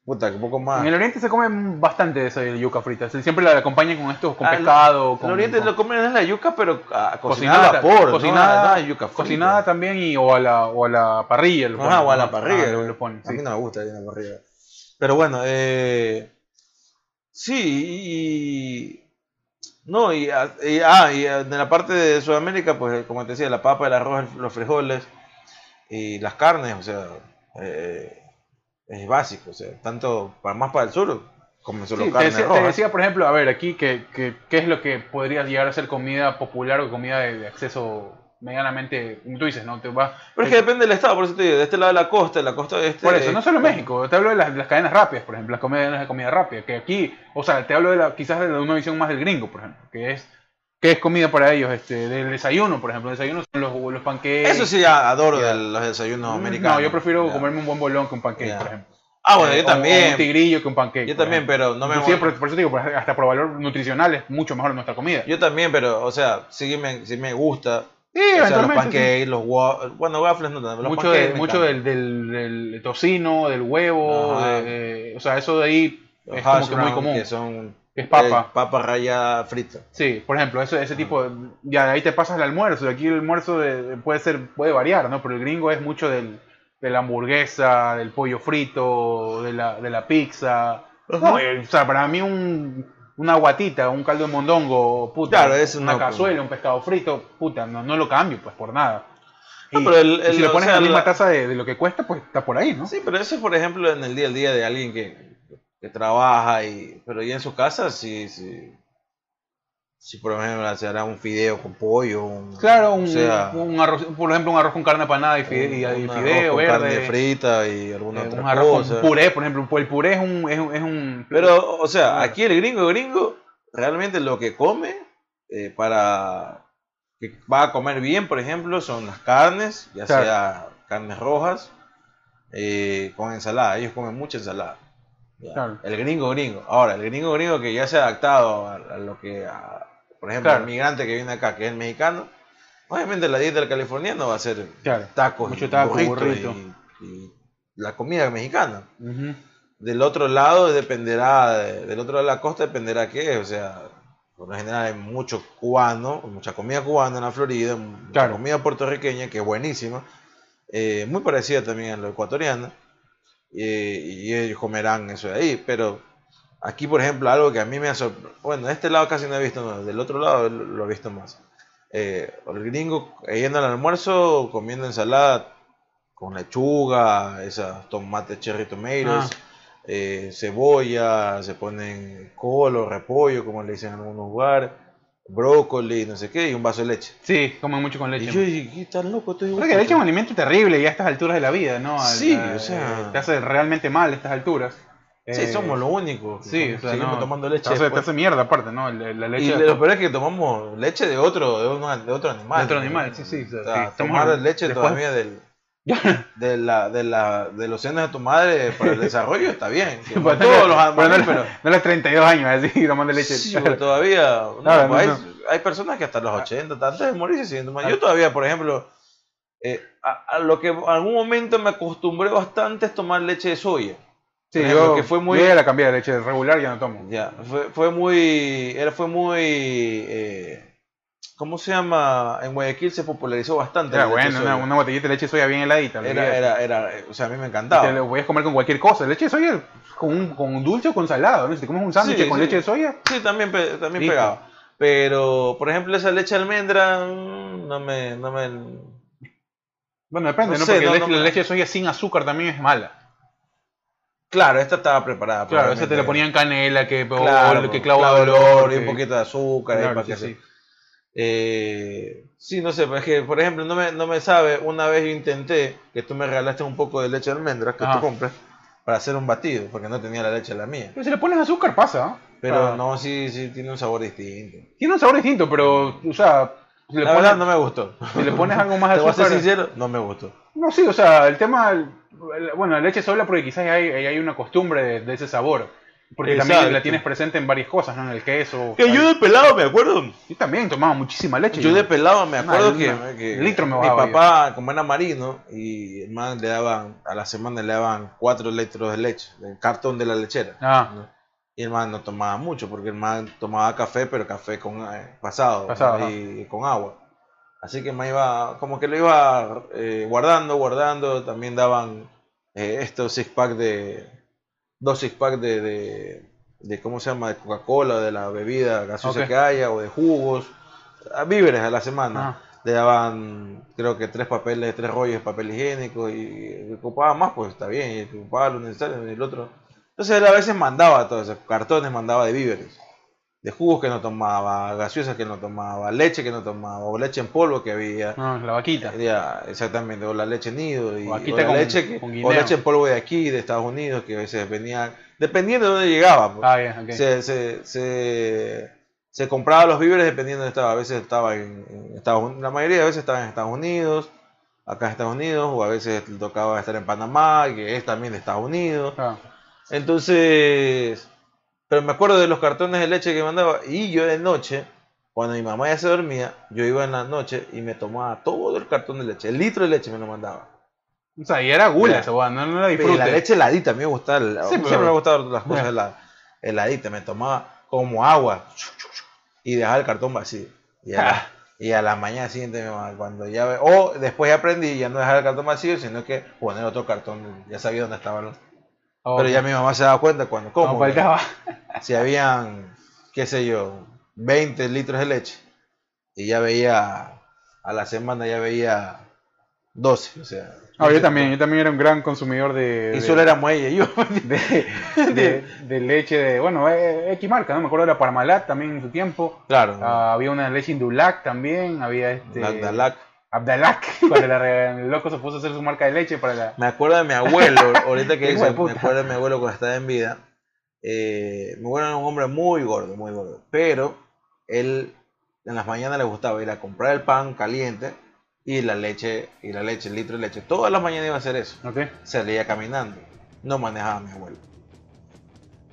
Speaker 2: puta, que poco más.
Speaker 1: En el oriente se come bastante de esa yuca frita. Se- Siempre la acompañan con estos, con
Speaker 2: Ah,
Speaker 1: pescado.
Speaker 2: En
Speaker 1: Con,
Speaker 2: el oriente
Speaker 1: con-
Speaker 2: lo comen es la yuca, pero ah, cocinada
Speaker 1: cocinada,
Speaker 2: al vapor, ¿no?
Speaker 1: cocinada,
Speaker 2: No, no, yuca frita.
Speaker 1: cocinada también y, o, a la, o a la parrilla. Lo
Speaker 2: Ajá,
Speaker 1: ponen,
Speaker 2: o a la
Speaker 1: ¿no?
Speaker 2: parrilla,
Speaker 1: Ah,
Speaker 2: güey.
Speaker 1: lo ponen,
Speaker 2: A mí
Speaker 1: sí.
Speaker 2: no me gusta ir a la parrilla. Pero bueno, eh, sí, y. No, y, a- y- ah, y a- de la parte de Sudamérica, pues como te decía, la papa, el arroz, el- los frijoles y las carnes, o sea, eh, es básico, o sea, tanto para más para el sur, comen solo
Speaker 1: Sí, te,
Speaker 2: carne
Speaker 1: decía,
Speaker 2: roja.
Speaker 1: te decía, por ejemplo, a ver, aquí, ¿qué, qué, qué es lo que podría llegar a ser comida popular o comida de, de acceso medianamente, como tú dices, ¿no? Te vas,
Speaker 2: Pero es que depende del estado, por eso te digo, de este lado de la costa, de la costa este.
Speaker 1: por eso, no solo
Speaker 2: eh,
Speaker 1: México, te hablo de las, de las cadenas rápidas, por ejemplo, las cadenas de comida rápida, que aquí, o sea, te hablo de la, quizás de una visión más del gringo, por ejemplo, que es, que es comida para ellos, este, del desayuno, por ejemplo, el desayuno son los, los panqueques.
Speaker 2: Eso sí, a- adoro
Speaker 1: Ya.
Speaker 2: de los desayunos
Speaker 1: Mm,
Speaker 2: americanos.
Speaker 1: No, yo prefiero
Speaker 2: ya.
Speaker 1: comerme un buen bolón que un panqueque,
Speaker 2: Ya.
Speaker 1: por ejemplo.
Speaker 2: Ah, bueno,
Speaker 1: Eh,
Speaker 2: yo
Speaker 1: o- o un
Speaker 2: también.
Speaker 1: tigrillo que un panqueque.
Speaker 2: Yo
Speaker 1: por
Speaker 2: también,
Speaker 1: ejemplo.
Speaker 2: pero no me
Speaker 1: Inclusive, por, por eso te digo, por- hasta por valor nutricional es mucho mejor nuestra comida.
Speaker 2: Yo también, pero, o sea, sí me, sí me gusta.
Speaker 1: Sí,
Speaker 2: o sea, los
Speaker 1: eventualmente, sí.
Speaker 2: pancakes, los waffles. Bueno, waffles no tanto. los
Speaker 1: mucho
Speaker 2: pancakes
Speaker 1: de-
Speaker 2: me
Speaker 1: mucho
Speaker 2: encantan.
Speaker 1: del, del, del tocino, del huevo,
Speaker 2: Ajá.
Speaker 1: de- de- o sea, eso de ahí
Speaker 2: Los
Speaker 1: es
Speaker 2: hash
Speaker 1: como que muy
Speaker 2: brown,
Speaker 1: común.
Speaker 2: Que son.
Speaker 1: Es papa.
Speaker 2: eh, papa raya frita.
Speaker 1: Sí, por ejemplo, eso,
Speaker 2: Ah.
Speaker 1: ese tipo, de- ya de ahí te pasas el almuerzo, de aquí el almuerzo de- de- puede ser, puede variar, ¿no? Pero el gringo es mucho del, de la hamburguesa, del pollo frito, de la, de la pizza. No, eh, o sea, para mí un, una guatita, un caldo de mondongo, puta,
Speaker 2: Claro, es
Speaker 1: una
Speaker 2: no, pues.
Speaker 1: cazuela, un pescado frito, puta, no, no lo cambio, pues, por nada.
Speaker 2: No,
Speaker 1: Y-
Speaker 2: pero el-
Speaker 1: y
Speaker 2: el-
Speaker 1: si lo
Speaker 2: o
Speaker 1: pones
Speaker 2: sea,
Speaker 1: en la misma
Speaker 2: la-
Speaker 1: tasa de, de lo que cuesta, pues está por ahí, ¿no?
Speaker 2: Sí, pero eso es, por ejemplo, en el día a día de alguien que, que trabaja y. Pero ya en su casa, sí, sí. Si por ejemplo se hará un fideo con pollo, un-
Speaker 1: Claro,
Speaker 2: o
Speaker 1: un,
Speaker 2: sea,
Speaker 1: un arroz, por ejemplo, un arroz con carne panada y, fide- y- y
Speaker 2: un arroz
Speaker 1: fideo
Speaker 2: con
Speaker 1: verde.
Speaker 2: carne frita y
Speaker 1: eh,
Speaker 2: alguna otra
Speaker 1: un arroz con
Speaker 2: cosa.
Speaker 1: puré, por ejemplo. El puré es un, es, un- es un-
Speaker 2: Pero, o sea,
Speaker 1: Claro.
Speaker 2: aquí el gringo gringo realmente lo que come eh, para que va a comer bien, por ejemplo, son las carnes, ya
Speaker 1: Claro.
Speaker 2: sea carnes rojas eh, con ensalada. Ellos comen mucha ensalada. ya.
Speaker 1: Claro.
Speaker 2: El gringo gringo. Ahora, el gringo gringo que ya se ha adaptado a, a lo que, a- por ejemplo,
Speaker 1: Claro.
Speaker 2: el migrante que viene acá, que es el mexicano, obviamente la dieta del californiano va a ser
Speaker 1: Claro.
Speaker 2: tacos,
Speaker 1: Mucho
Speaker 2: y
Speaker 1: taco,
Speaker 2: burritos
Speaker 1: burrito.
Speaker 2: y- y la comida mexicana
Speaker 1: Ujú.
Speaker 2: del otro lado dependerá, de- del otro lado de la costa dependerá qué, o sea, Por lo general hay mucho cubano, mucha comida cubana en la Florida, mucha
Speaker 1: Claro.
Speaker 2: comida puertorriqueña que es buenísima, eh, muy parecida también a lo ecuatoriana, eh, y ellos comerán eso de ahí, pero aquí por ejemplo algo que a mí me ha sorprendido, bueno, de este lado casi no he visto, no, del otro lado lo lo he visto más. Eh, el gringo eh, yendo al almuerzo, comiendo ensalada con lechuga, esas tomates cherry tomatoes,
Speaker 1: Ah.
Speaker 2: eh, cebolla, se ponen colo, repollo, como le dicen en algunos lugares, brócoli, no sé qué, y un vaso de leche.
Speaker 1: Sí, comen mucho con leche.
Speaker 2: Y yo dije, ¿qué tan loco estoy?
Speaker 1: Creo que la leche es un alimento terrible ya a estas alturas de la vida, ¿no? Al-
Speaker 2: Sí,
Speaker 1: a-
Speaker 2: o sea-
Speaker 1: Te hace realmente mal a estas alturas.
Speaker 2: Sí,
Speaker 1: Eh,
Speaker 2: somos los únicos. que
Speaker 1: Sí, o sea,
Speaker 2: seguimos
Speaker 1: no,
Speaker 2: tomando leche.
Speaker 1: Te hace, te
Speaker 2: después.
Speaker 1: hace mierda aparte, ¿no? La, la leche.
Speaker 2: Y lo peor es que tomamos leche de otro, de, un- de otro animal.
Speaker 1: De otro animal, sí, sí, o sea,
Speaker 2: O sea,
Speaker 1: sí, estamos
Speaker 2: tomar
Speaker 1: hablando-
Speaker 2: leche
Speaker 1: después-
Speaker 2: todavía del, de la, de la, de los senos de tu madre para el desarrollo está bien. que para todos los
Speaker 1: Pero
Speaker 2: animales,
Speaker 1: no,
Speaker 2: pero.
Speaker 1: no a los 32 años, así, tomando leche.
Speaker 2: Sí, pero todavía. no,
Speaker 1: Claro,
Speaker 2: pues,
Speaker 1: no, Ah.
Speaker 2: hay, hay personas que hasta los 80, antes de morir, se siguen tomando. Yo todavía, por ejemplo, eh, a, a lo que en algún momento me acostumbré bastante es tomar leche de soya.
Speaker 1: Sí,
Speaker 2: por ejemplo,
Speaker 1: yo,
Speaker 2: que fue muy-
Speaker 1: yo ya la cambié de leche regular, ya no tomo.
Speaker 2: Ya, fue, fue muy. Era, fue muy. eh, ¿Cómo se llama? En Guayaquil se popularizó bastante.
Speaker 1: Era
Speaker 2: la leche
Speaker 1: bueno,
Speaker 2: de
Speaker 1: una,
Speaker 2: soya.
Speaker 1: una botellita de leche de soya bien heladita.
Speaker 2: Era,
Speaker 1: olvídate.
Speaker 2: era, era, eh, o sea, a mí me
Speaker 1: Y Te
Speaker 2: encantaba.
Speaker 1: lo podías comer con cualquier cosa. Leche de soya con, un, con un dulce o con salado. ¿no? Si te comes un sándwich
Speaker 2: Sí,
Speaker 1: con
Speaker 2: sí.
Speaker 1: leche de soya,
Speaker 2: Sí, también, pe- también
Speaker 1: Rico.
Speaker 2: pegaba. Pero, por ejemplo, esa leche de almendra mm, no me, no me,
Speaker 1: bueno, depende,
Speaker 2: No
Speaker 1: ¿no?
Speaker 2: sé,
Speaker 1: Porque
Speaker 2: no,
Speaker 1: la,
Speaker 2: no
Speaker 1: leche, la
Speaker 2: me-
Speaker 1: leche de soya sin azúcar también es mala.
Speaker 2: Claro, esta estaba preparada.
Speaker 1: Claro, esa te
Speaker 2: probablemente.
Speaker 1: le ponían canela, que, o-
Speaker 2: claro,
Speaker 1: que clavo de
Speaker 2: clavo de
Speaker 1: olor.
Speaker 2: olor y un
Speaker 1: que-
Speaker 2: poquito de azúcar. ahí
Speaker 1: claro,
Speaker 2: para
Speaker 1: sí,
Speaker 2: que se-
Speaker 1: sí.
Speaker 2: Eh, sí, no sé, pero es que, por ejemplo, no me, no me sabe, una vez yo intenté que tú me regalaste un poco de leche de almendras que
Speaker 1: Ajá.
Speaker 2: tú compras para hacer un batido, porque no tenía la leche la mía.
Speaker 1: Pero si le pones azúcar pasa, ¿no?
Speaker 2: Pero
Speaker 1: Ah.
Speaker 2: no, sí, sí, tiene un sabor distinto.
Speaker 1: Tiene un sabor distinto, pero, o sea, si le,
Speaker 2: La
Speaker 1: pones,
Speaker 2: verdad no me gustó.
Speaker 1: si le pones algo más de
Speaker 2: Te voy a ser
Speaker 1: azúcar...
Speaker 2: sincero, no me gustó.
Speaker 1: No, sí, o sea, el tema, el- bueno, la leche sola porque quizás hay, hay una costumbre de, de ese sabor. Porque
Speaker 2: Exacto.
Speaker 1: también la tienes presente en varias cosas, ¿no? En el queso.
Speaker 2: Que yo de pelado me acuerdo.
Speaker 1: Yo también tomaba muchísima leche.
Speaker 2: Yo de pelado me acuerdo
Speaker 1: Una-
Speaker 2: que,
Speaker 1: una-
Speaker 2: que
Speaker 1: litro me
Speaker 2: mi
Speaker 1: bajaba yo.
Speaker 2: papá, como era marino, y el man le daban, a la semana le daban cuatro litros de leche, del cartón de la lechera.
Speaker 1: Ah,
Speaker 2: Y el man no tomaba mucho, porque el man tomaba café, pero café con eh, pasado,
Speaker 1: Pasado,
Speaker 2: ¿no?
Speaker 1: ajá.
Speaker 2: y, y con agua. Así que me iba, como que lo iba eh, guardando, guardando. También daban eh, estos six pack de, dos six pack de, de, de, ¿cómo se llama? De Coca-Cola, de la bebida gaseosa
Speaker 1: Ok.
Speaker 2: que haya, o de jugos, a víveres a la semana.
Speaker 1: ah,
Speaker 2: Le daban, creo que tres papeles, tres rollos de papel higiénico y el que ocupaba más, pues está bien, y el que ocupaba lo necesario, y el otro. Entonces él a veces mandaba todos esos cartones, mandaba de víveres, de jugos que no tomaba, gaseosas que no tomaba, leche que no tomaba, o leche en polvo que había.
Speaker 1: no, la vaquita.
Speaker 2: Ya, exactamente, o la leche nido, y,
Speaker 1: Ah. O
Speaker 2: o,
Speaker 1: aquí
Speaker 2: la
Speaker 1: está con-
Speaker 2: leche que-
Speaker 1: con
Speaker 2: o
Speaker 1: guineo.
Speaker 2: leche en polvo de aquí, de Estados Unidos, que a veces venía, dependiendo de dónde llegaba. pues.
Speaker 1: Ah, bien, ok.
Speaker 2: Se, se, se, se compraba los víveres dependiendo de dónde estaba. A veces estaba en, en Estados Unidos, la mayoría de veces estaba en Estados Unidos, acá en Estados Unidos, o a veces le tocaba estar en Panamá, que es también de Estados Unidos.
Speaker 1: Ah,
Speaker 2: Entonces, pero me acuerdo de los cartones de leche que mandaba. Y yo de noche, cuando mi mamá ya se dormía, yo iba en la noche y me tomaba todo el cartón de leche, el litro de leche me lo mandaba.
Speaker 1: o sea, y era gula
Speaker 2: Ya.
Speaker 1: esa hueá, no, no la
Speaker 2: Pero
Speaker 1: disfruté.
Speaker 2: la leche heladita, a mí me gustaba, el-
Speaker 1: Sí,
Speaker 2: siempre
Speaker 1: pero-
Speaker 2: me ha gustado las cosas
Speaker 1: Ya.
Speaker 2: hela- heladitas, me tomaba como agua y dejaba el cartón vacío. Y a, la, y a la mañana siguiente, mi mamá, cuando ya ve- o después ya aprendí ya no dejar el cartón vacío, sino que poner otro cartón, ya sabía dónde estaba el otro.
Speaker 1: Oh,
Speaker 2: Pero ya mi mamá se daba cuenta cuando
Speaker 1: no pues,
Speaker 2: como. ¿no?
Speaker 1: faltaba.
Speaker 2: si habían, qué sé yo, 20 litros de leche y ya veía, a la semana ya veía 12, o sea.
Speaker 1: Ah, yo también, yo también era un gran consumidor de...
Speaker 2: Y
Speaker 1: de-
Speaker 2: solo éramos ella y yo.
Speaker 1: de, de- de leche de, bueno, eh, X marca, ¿no? Me acuerdo de la Parmalat también en su tiempo.
Speaker 2: Claro,
Speaker 1: Ah, había una leche Indulac también, había este...
Speaker 2: Nagdalac.
Speaker 1: Abdalac, para la re- el loco se puso a hacer su marca de leche para la...
Speaker 2: Me acuerdo de mi abuelo, ahorita que
Speaker 1: Hijo
Speaker 2: dice,
Speaker 1: de
Speaker 2: me
Speaker 1: puta.
Speaker 2: acuerdo de mi abuelo cuando estaba en vida. Eh, mi abuelo era un hombre muy gordo, muy gordo, pero él en las mañanas le gustaba ir a comprar el pan caliente y la leche, y la leche, el litro de leche. Todas las mañanas iba a hacer eso.
Speaker 1: ¿Ok?
Speaker 2: salía caminando. No manejaba mi abuelo.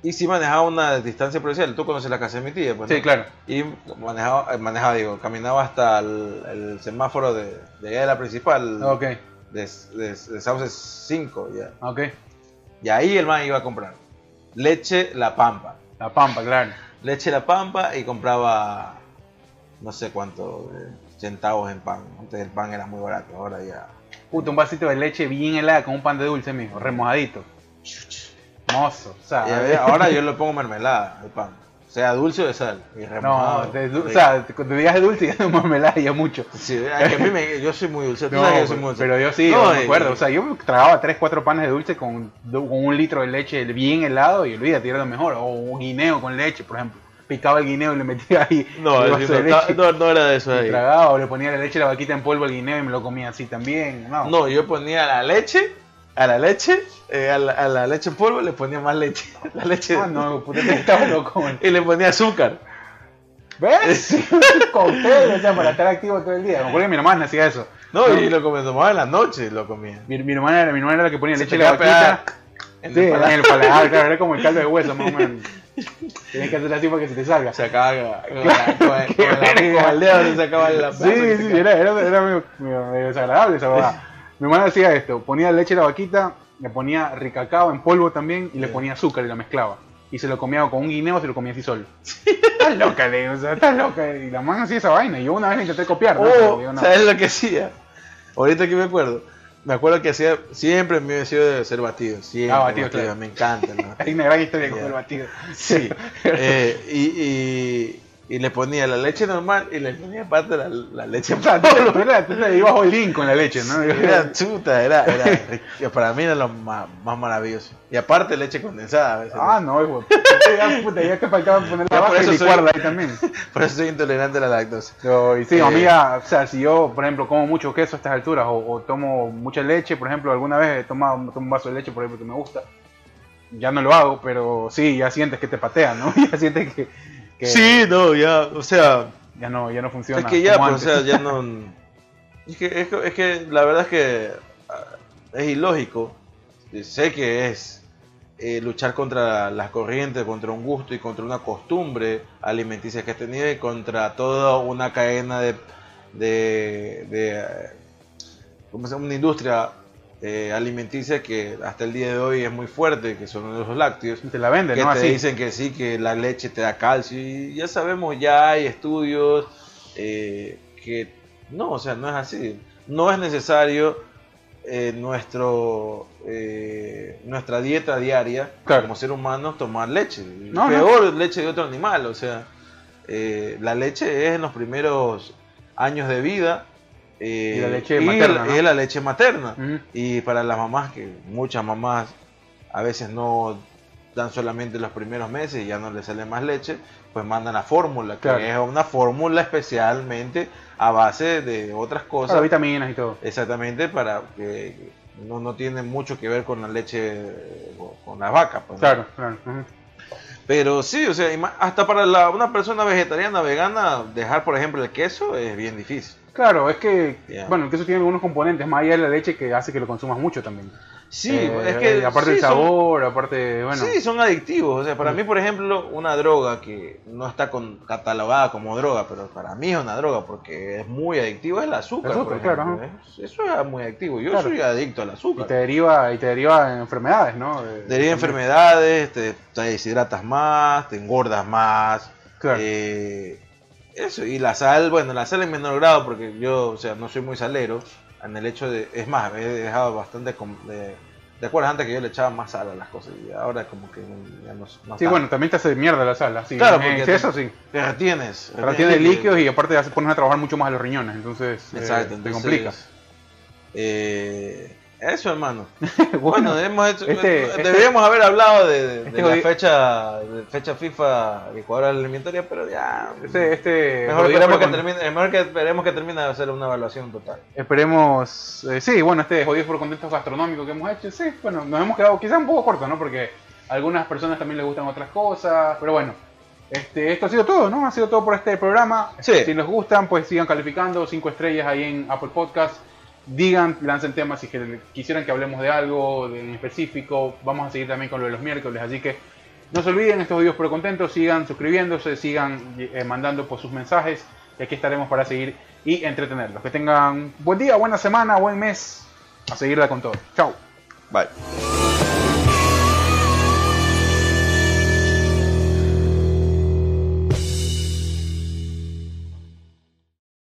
Speaker 2: Y sí manejaba una distancia provincial. Tú conoces la casa de mi tía, pues.
Speaker 1: Sí,
Speaker 2: ¿no?
Speaker 1: claro.
Speaker 2: Y manejaba, eh, manejaba, digo, caminaba hasta el, el semáforo de, de allá de la principal,
Speaker 1: Ok,
Speaker 2: de, de, de Sauce 5. Ya.
Speaker 1: ok.
Speaker 2: Y ahí el man iba a comprar leche La Pampa.
Speaker 1: La pampa, claro.
Speaker 2: leche la pampa y compraba no sé cuánto eh, centavos en pan. Antes el pan era muy barato, ahora ya.
Speaker 1: Puta, un vasito de leche bien helada con un pan de dulce, mijo, remojadito. Mozo, o sea, eh,
Speaker 2: Y había- ahora yo le pongo mermelada al pan. Sea dulce o de sal. Y
Speaker 1: No,
Speaker 2: remojado.
Speaker 1: de du- o
Speaker 2: Sí.
Speaker 1: sea, cuando digas de dulce ya no mermelada ya mucho.
Speaker 2: Sí, ay, que a mí me- yo soy muy dulce. Tú
Speaker 1: No,
Speaker 2: sabes que yo soy muy dulce.
Speaker 1: pero yo sí,
Speaker 2: No, eh,
Speaker 1: yo me
Speaker 2: y-
Speaker 1: acuerdo. O sea, yo tragaba 3, 4 panes de dulce con, du- con un litro de leche bien helado y olvídate, era lo mejor. O un guineo con leche, por ejemplo. Picaba el guineo y le metía ahí.
Speaker 2: No,
Speaker 1: el
Speaker 2: es
Speaker 1: vaso de
Speaker 2: decir, no,
Speaker 1: leche
Speaker 2: no, no eh. era de eso
Speaker 1: y
Speaker 2: ahí.
Speaker 1: tragaba o le ponía la leche la vaquita en polvo al guineo y me lo comía así también. No,
Speaker 2: No, yo ponía la leche, a la leche, eh, a, la, a la leche en polvo le ponía más leche. La leche.
Speaker 1: Ah, no, puta, te estaba loco.
Speaker 2: Y le ponía azúcar.
Speaker 1: ¿Ves? con o sea, para estar activo todo el día. Me acuerdo que mi hermana hacía eso.
Speaker 2: No, y lo comenzamos en la noche, lo comía.
Speaker 1: Mi, mi hermana, era- mi hermana era la que ponía
Speaker 2: Se
Speaker 1: leche
Speaker 2: te
Speaker 1: en la
Speaker 2: queda pegada
Speaker 1: vaquita.
Speaker 2: en
Speaker 1: sí,
Speaker 2: el paladar.
Speaker 1: en el paladar, claro, era como el caldo de hueso, más o menos. Tienes que hacer así para que se te salga.
Speaker 2: Se acaba con, la- con la- con la-
Speaker 1: verga.
Speaker 2: con el dedo, se sacaba la
Speaker 1: Sí, sí, era, era, era medio, medio- medio desagradable esa verdad. Mi hermana hacía esto, ponía leche en la vaquita, le ponía ricacao en polvo también y le
Speaker 2: Sí.
Speaker 1: ponía azúcar y lo mezclaba. Y se lo comía con un guineo, se lo comía así solo. Estás loca, le digo, o sea, estás loca. Y la man hacía esa vaina. Y yo una vez la intenté copiar, ¿no? Pero digo,
Speaker 2: O,
Speaker 1: no.
Speaker 2: Oh, ¿sabes lo que hacía? Ahorita que me acuerdo, me acuerdo que hacía, siempre me he sido de ser batido, siempre
Speaker 1: Ah, batido,
Speaker 2: batido,
Speaker 1: claro.
Speaker 2: me encanta. ¿no?
Speaker 1: Hay una gran historia con
Speaker 2: Ya.
Speaker 1: el batido.
Speaker 2: Sí, eh, y, y, y le ponía la leche normal y le ponía aparte la, la leche en
Speaker 1: O sea, tú,
Speaker 2: polvo.
Speaker 1: era- tú le ibas a Olin con la leche, ¿no?
Speaker 2: Era chuta, era, era rico. para mí era lo más, más maravilloso. Y aparte leche condensada a veces.
Speaker 1: Ah, no, hijo. Ya, puta, ya te faltaba poner la
Speaker 2: Ya, por
Speaker 1: vaca y
Speaker 2: eso soy-
Speaker 1: licuarla ahí también.
Speaker 2: Por eso soy intolerante a la lactosa.
Speaker 1: No, y sí,
Speaker 2: Eh.
Speaker 1: amiga, o sea, si yo, por ejemplo, como mucho queso a estas alturas o, o tomo mucha leche, por ejemplo, alguna vez he tomado tomo un vaso de leche, por ejemplo, que me gusta, ya no lo hago, pero sí, ya sientes que te patean, ¿no? Ya sientes que, que
Speaker 2: Sí, no, ya, o sea,
Speaker 1: ya no ya no funciona.
Speaker 2: Es que ya,
Speaker 1: como
Speaker 2: pues, o
Speaker 1: antes.
Speaker 2: sea, ya no. Es que, es, que- es que la verdad es que ah, es ilógico. Y Sé que es eh, luchar contra las corrientes, contra un gusto y contra una costumbre alimenticia que has tenido y contra toda una cadena de. de, de, eh, ¿cómo se llama? Una industria eh, alimenticia que hasta el día de hoy es muy fuerte, que son los lácteos
Speaker 1: te la venden,
Speaker 2: que
Speaker 1: ¿no?
Speaker 2: te
Speaker 1: Así.
Speaker 2: dicen que sí, que la leche te da calcio y ya sabemos, ya hay estudios eh, que no, o sea, no es así. No es necesario eh, nuestro eh, nuestra dieta diaria
Speaker 1: Claro.
Speaker 2: como ser humanos tomar leche.
Speaker 1: No, no.
Speaker 2: Peor leche de otro animal, o sea, eh, la leche es en los primeros años de vida. eh,
Speaker 1: Y la leche materna, ¿no? Mm.
Speaker 2: es la leche materna.
Speaker 1: Ujú.
Speaker 2: Y para las mamás, que muchas mamás a veces no dan solamente los primeros meses y ya no les sale más leche, pues mandan la fórmula, que
Speaker 1: Claro.
Speaker 2: es una fórmula especialmente a base de otras cosas.
Speaker 1: Claro, vitaminas y todo.
Speaker 2: Exactamente, para que no, no tiene mucho que ver con la leche, eh, o con la vaca. pues, ¿no?
Speaker 1: Claro, claro. ujú.
Speaker 2: Pero sí, o sea, y ma- hasta para la- una persona vegetariana, vegana, dejar, por ejemplo, el queso es bien difícil.
Speaker 1: Claro, es que,
Speaker 2: Ya.
Speaker 1: bueno, el queso tiene algunos componentes, más allá de la leche, que hace que lo consumas mucho también.
Speaker 2: Sí,
Speaker 1: Eh,
Speaker 2: es que...
Speaker 1: Aparte
Speaker 2: sí,
Speaker 1: el
Speaker 2: son-
Speaker 1: sabor, aparte, bueno...
Speaker 2: Sí, son adictivos. O sea, para
Speaker 1: Mm.
Speaker 2: mí, por ejemplo, una droga que no está con- catalogada como droga, pero para mí es una droga porque es muy adictivo, es el azúcar.
Speaker 1: El
Speaker 2: por
Speaker 1: azúcar, claro,
Speaker 2: ejemplo, ¿eh? Eso es muy adictivo. Yo
Speaker 1: Claro.
Speaker 2: soy adicto al
Speaker 1: Y
Speaker 2: azúcar.
Speaker 1: te deriva, y te deriva en enfermedades, ¿no? Eh,
Speaker 2: Te deriva enfermedades, te, te deshidratas más, te engordas más.
Speaker 1: Claro.
Speaker 2: eh, eso, y la sal, bueno, la sal en menor grado porque yo, o sea, no soy muy salero. En el hecho de, es más, he dejado bastante. com- De, ¿Te acuerdas antes que yo le echaba más sal a las cosas? Y ahora, como que ya no, no
Speaker 1: Sí,
Speaker 2: tanto.
Speaker 1: bueno, también te hace mierda la sal, así.
Speaker 2: Claro,
Speaker 1: en
Speaker 2: porque
Speaker 1: exceso,
Speaker 2: te-
Speaker 1: sí.
Speaker 2: Te retienes.
Speaker 1: Retienes líquidos y aparte ya se pones a trabajar mucho más a los riñones, entonces eh,
Speaker 2: Exacto,
Speaker 1: te
Speaker 2: entonces,
Speaker 1: complica.
Speaker 2: eh, eso, hermano.
Speaker 1: Bueno,
Speaker 2: Bueno, hemos hecho-
Speaker 1: este- este-
Speaker 2: deberíamos haber hablado de, de- de
Speaker 1: Este
Speaker 2: la
Speaker 1: jodido-
Speaker 2: fecha, de fecha FIFA que cuadra la alimentaria, pero ya.
Speaker 1: este, este
Speaker 2: mejor,
Speaker 1: jodido
Speaker 2: esperemos
Speaker 1: fue
Speaker 2: que
Speaker 1: con-
Speaker 2: termine, mejor que esperemos que termine de hacer una evaluación total.
Speaker 1: Esperemos. eh, sí, bueno, este jodido por contentos gastronómico que hemos hecho, sí, bueno, nos hemos quedado quizás un poco cortos, ¿no? Porque a algunas personas también les gustan otras cosas, pero bueno. Este, esto ha sido todo, ¿no? Ha sido todo por este programa.
Speaker 2: Sí.
Speaker 1: Si les gustan, pues sigan calificando 5 estrellas ahí en Apple Podcast. Digan, lancen temas si que- quisieran que hablemos de algo de- en específico. Vamos a seguir también con lo de los miércoles, así que no se olviden estos videos por contentos. Sigan suscribiéndose, sigan eh, mandando por sus mensajes. Y aquí estaremos para seguir y entretenerlos. Que tengan buen día, buena semana, buen mes. A seguirla con todo. Chao.
Speaker 2: Bye.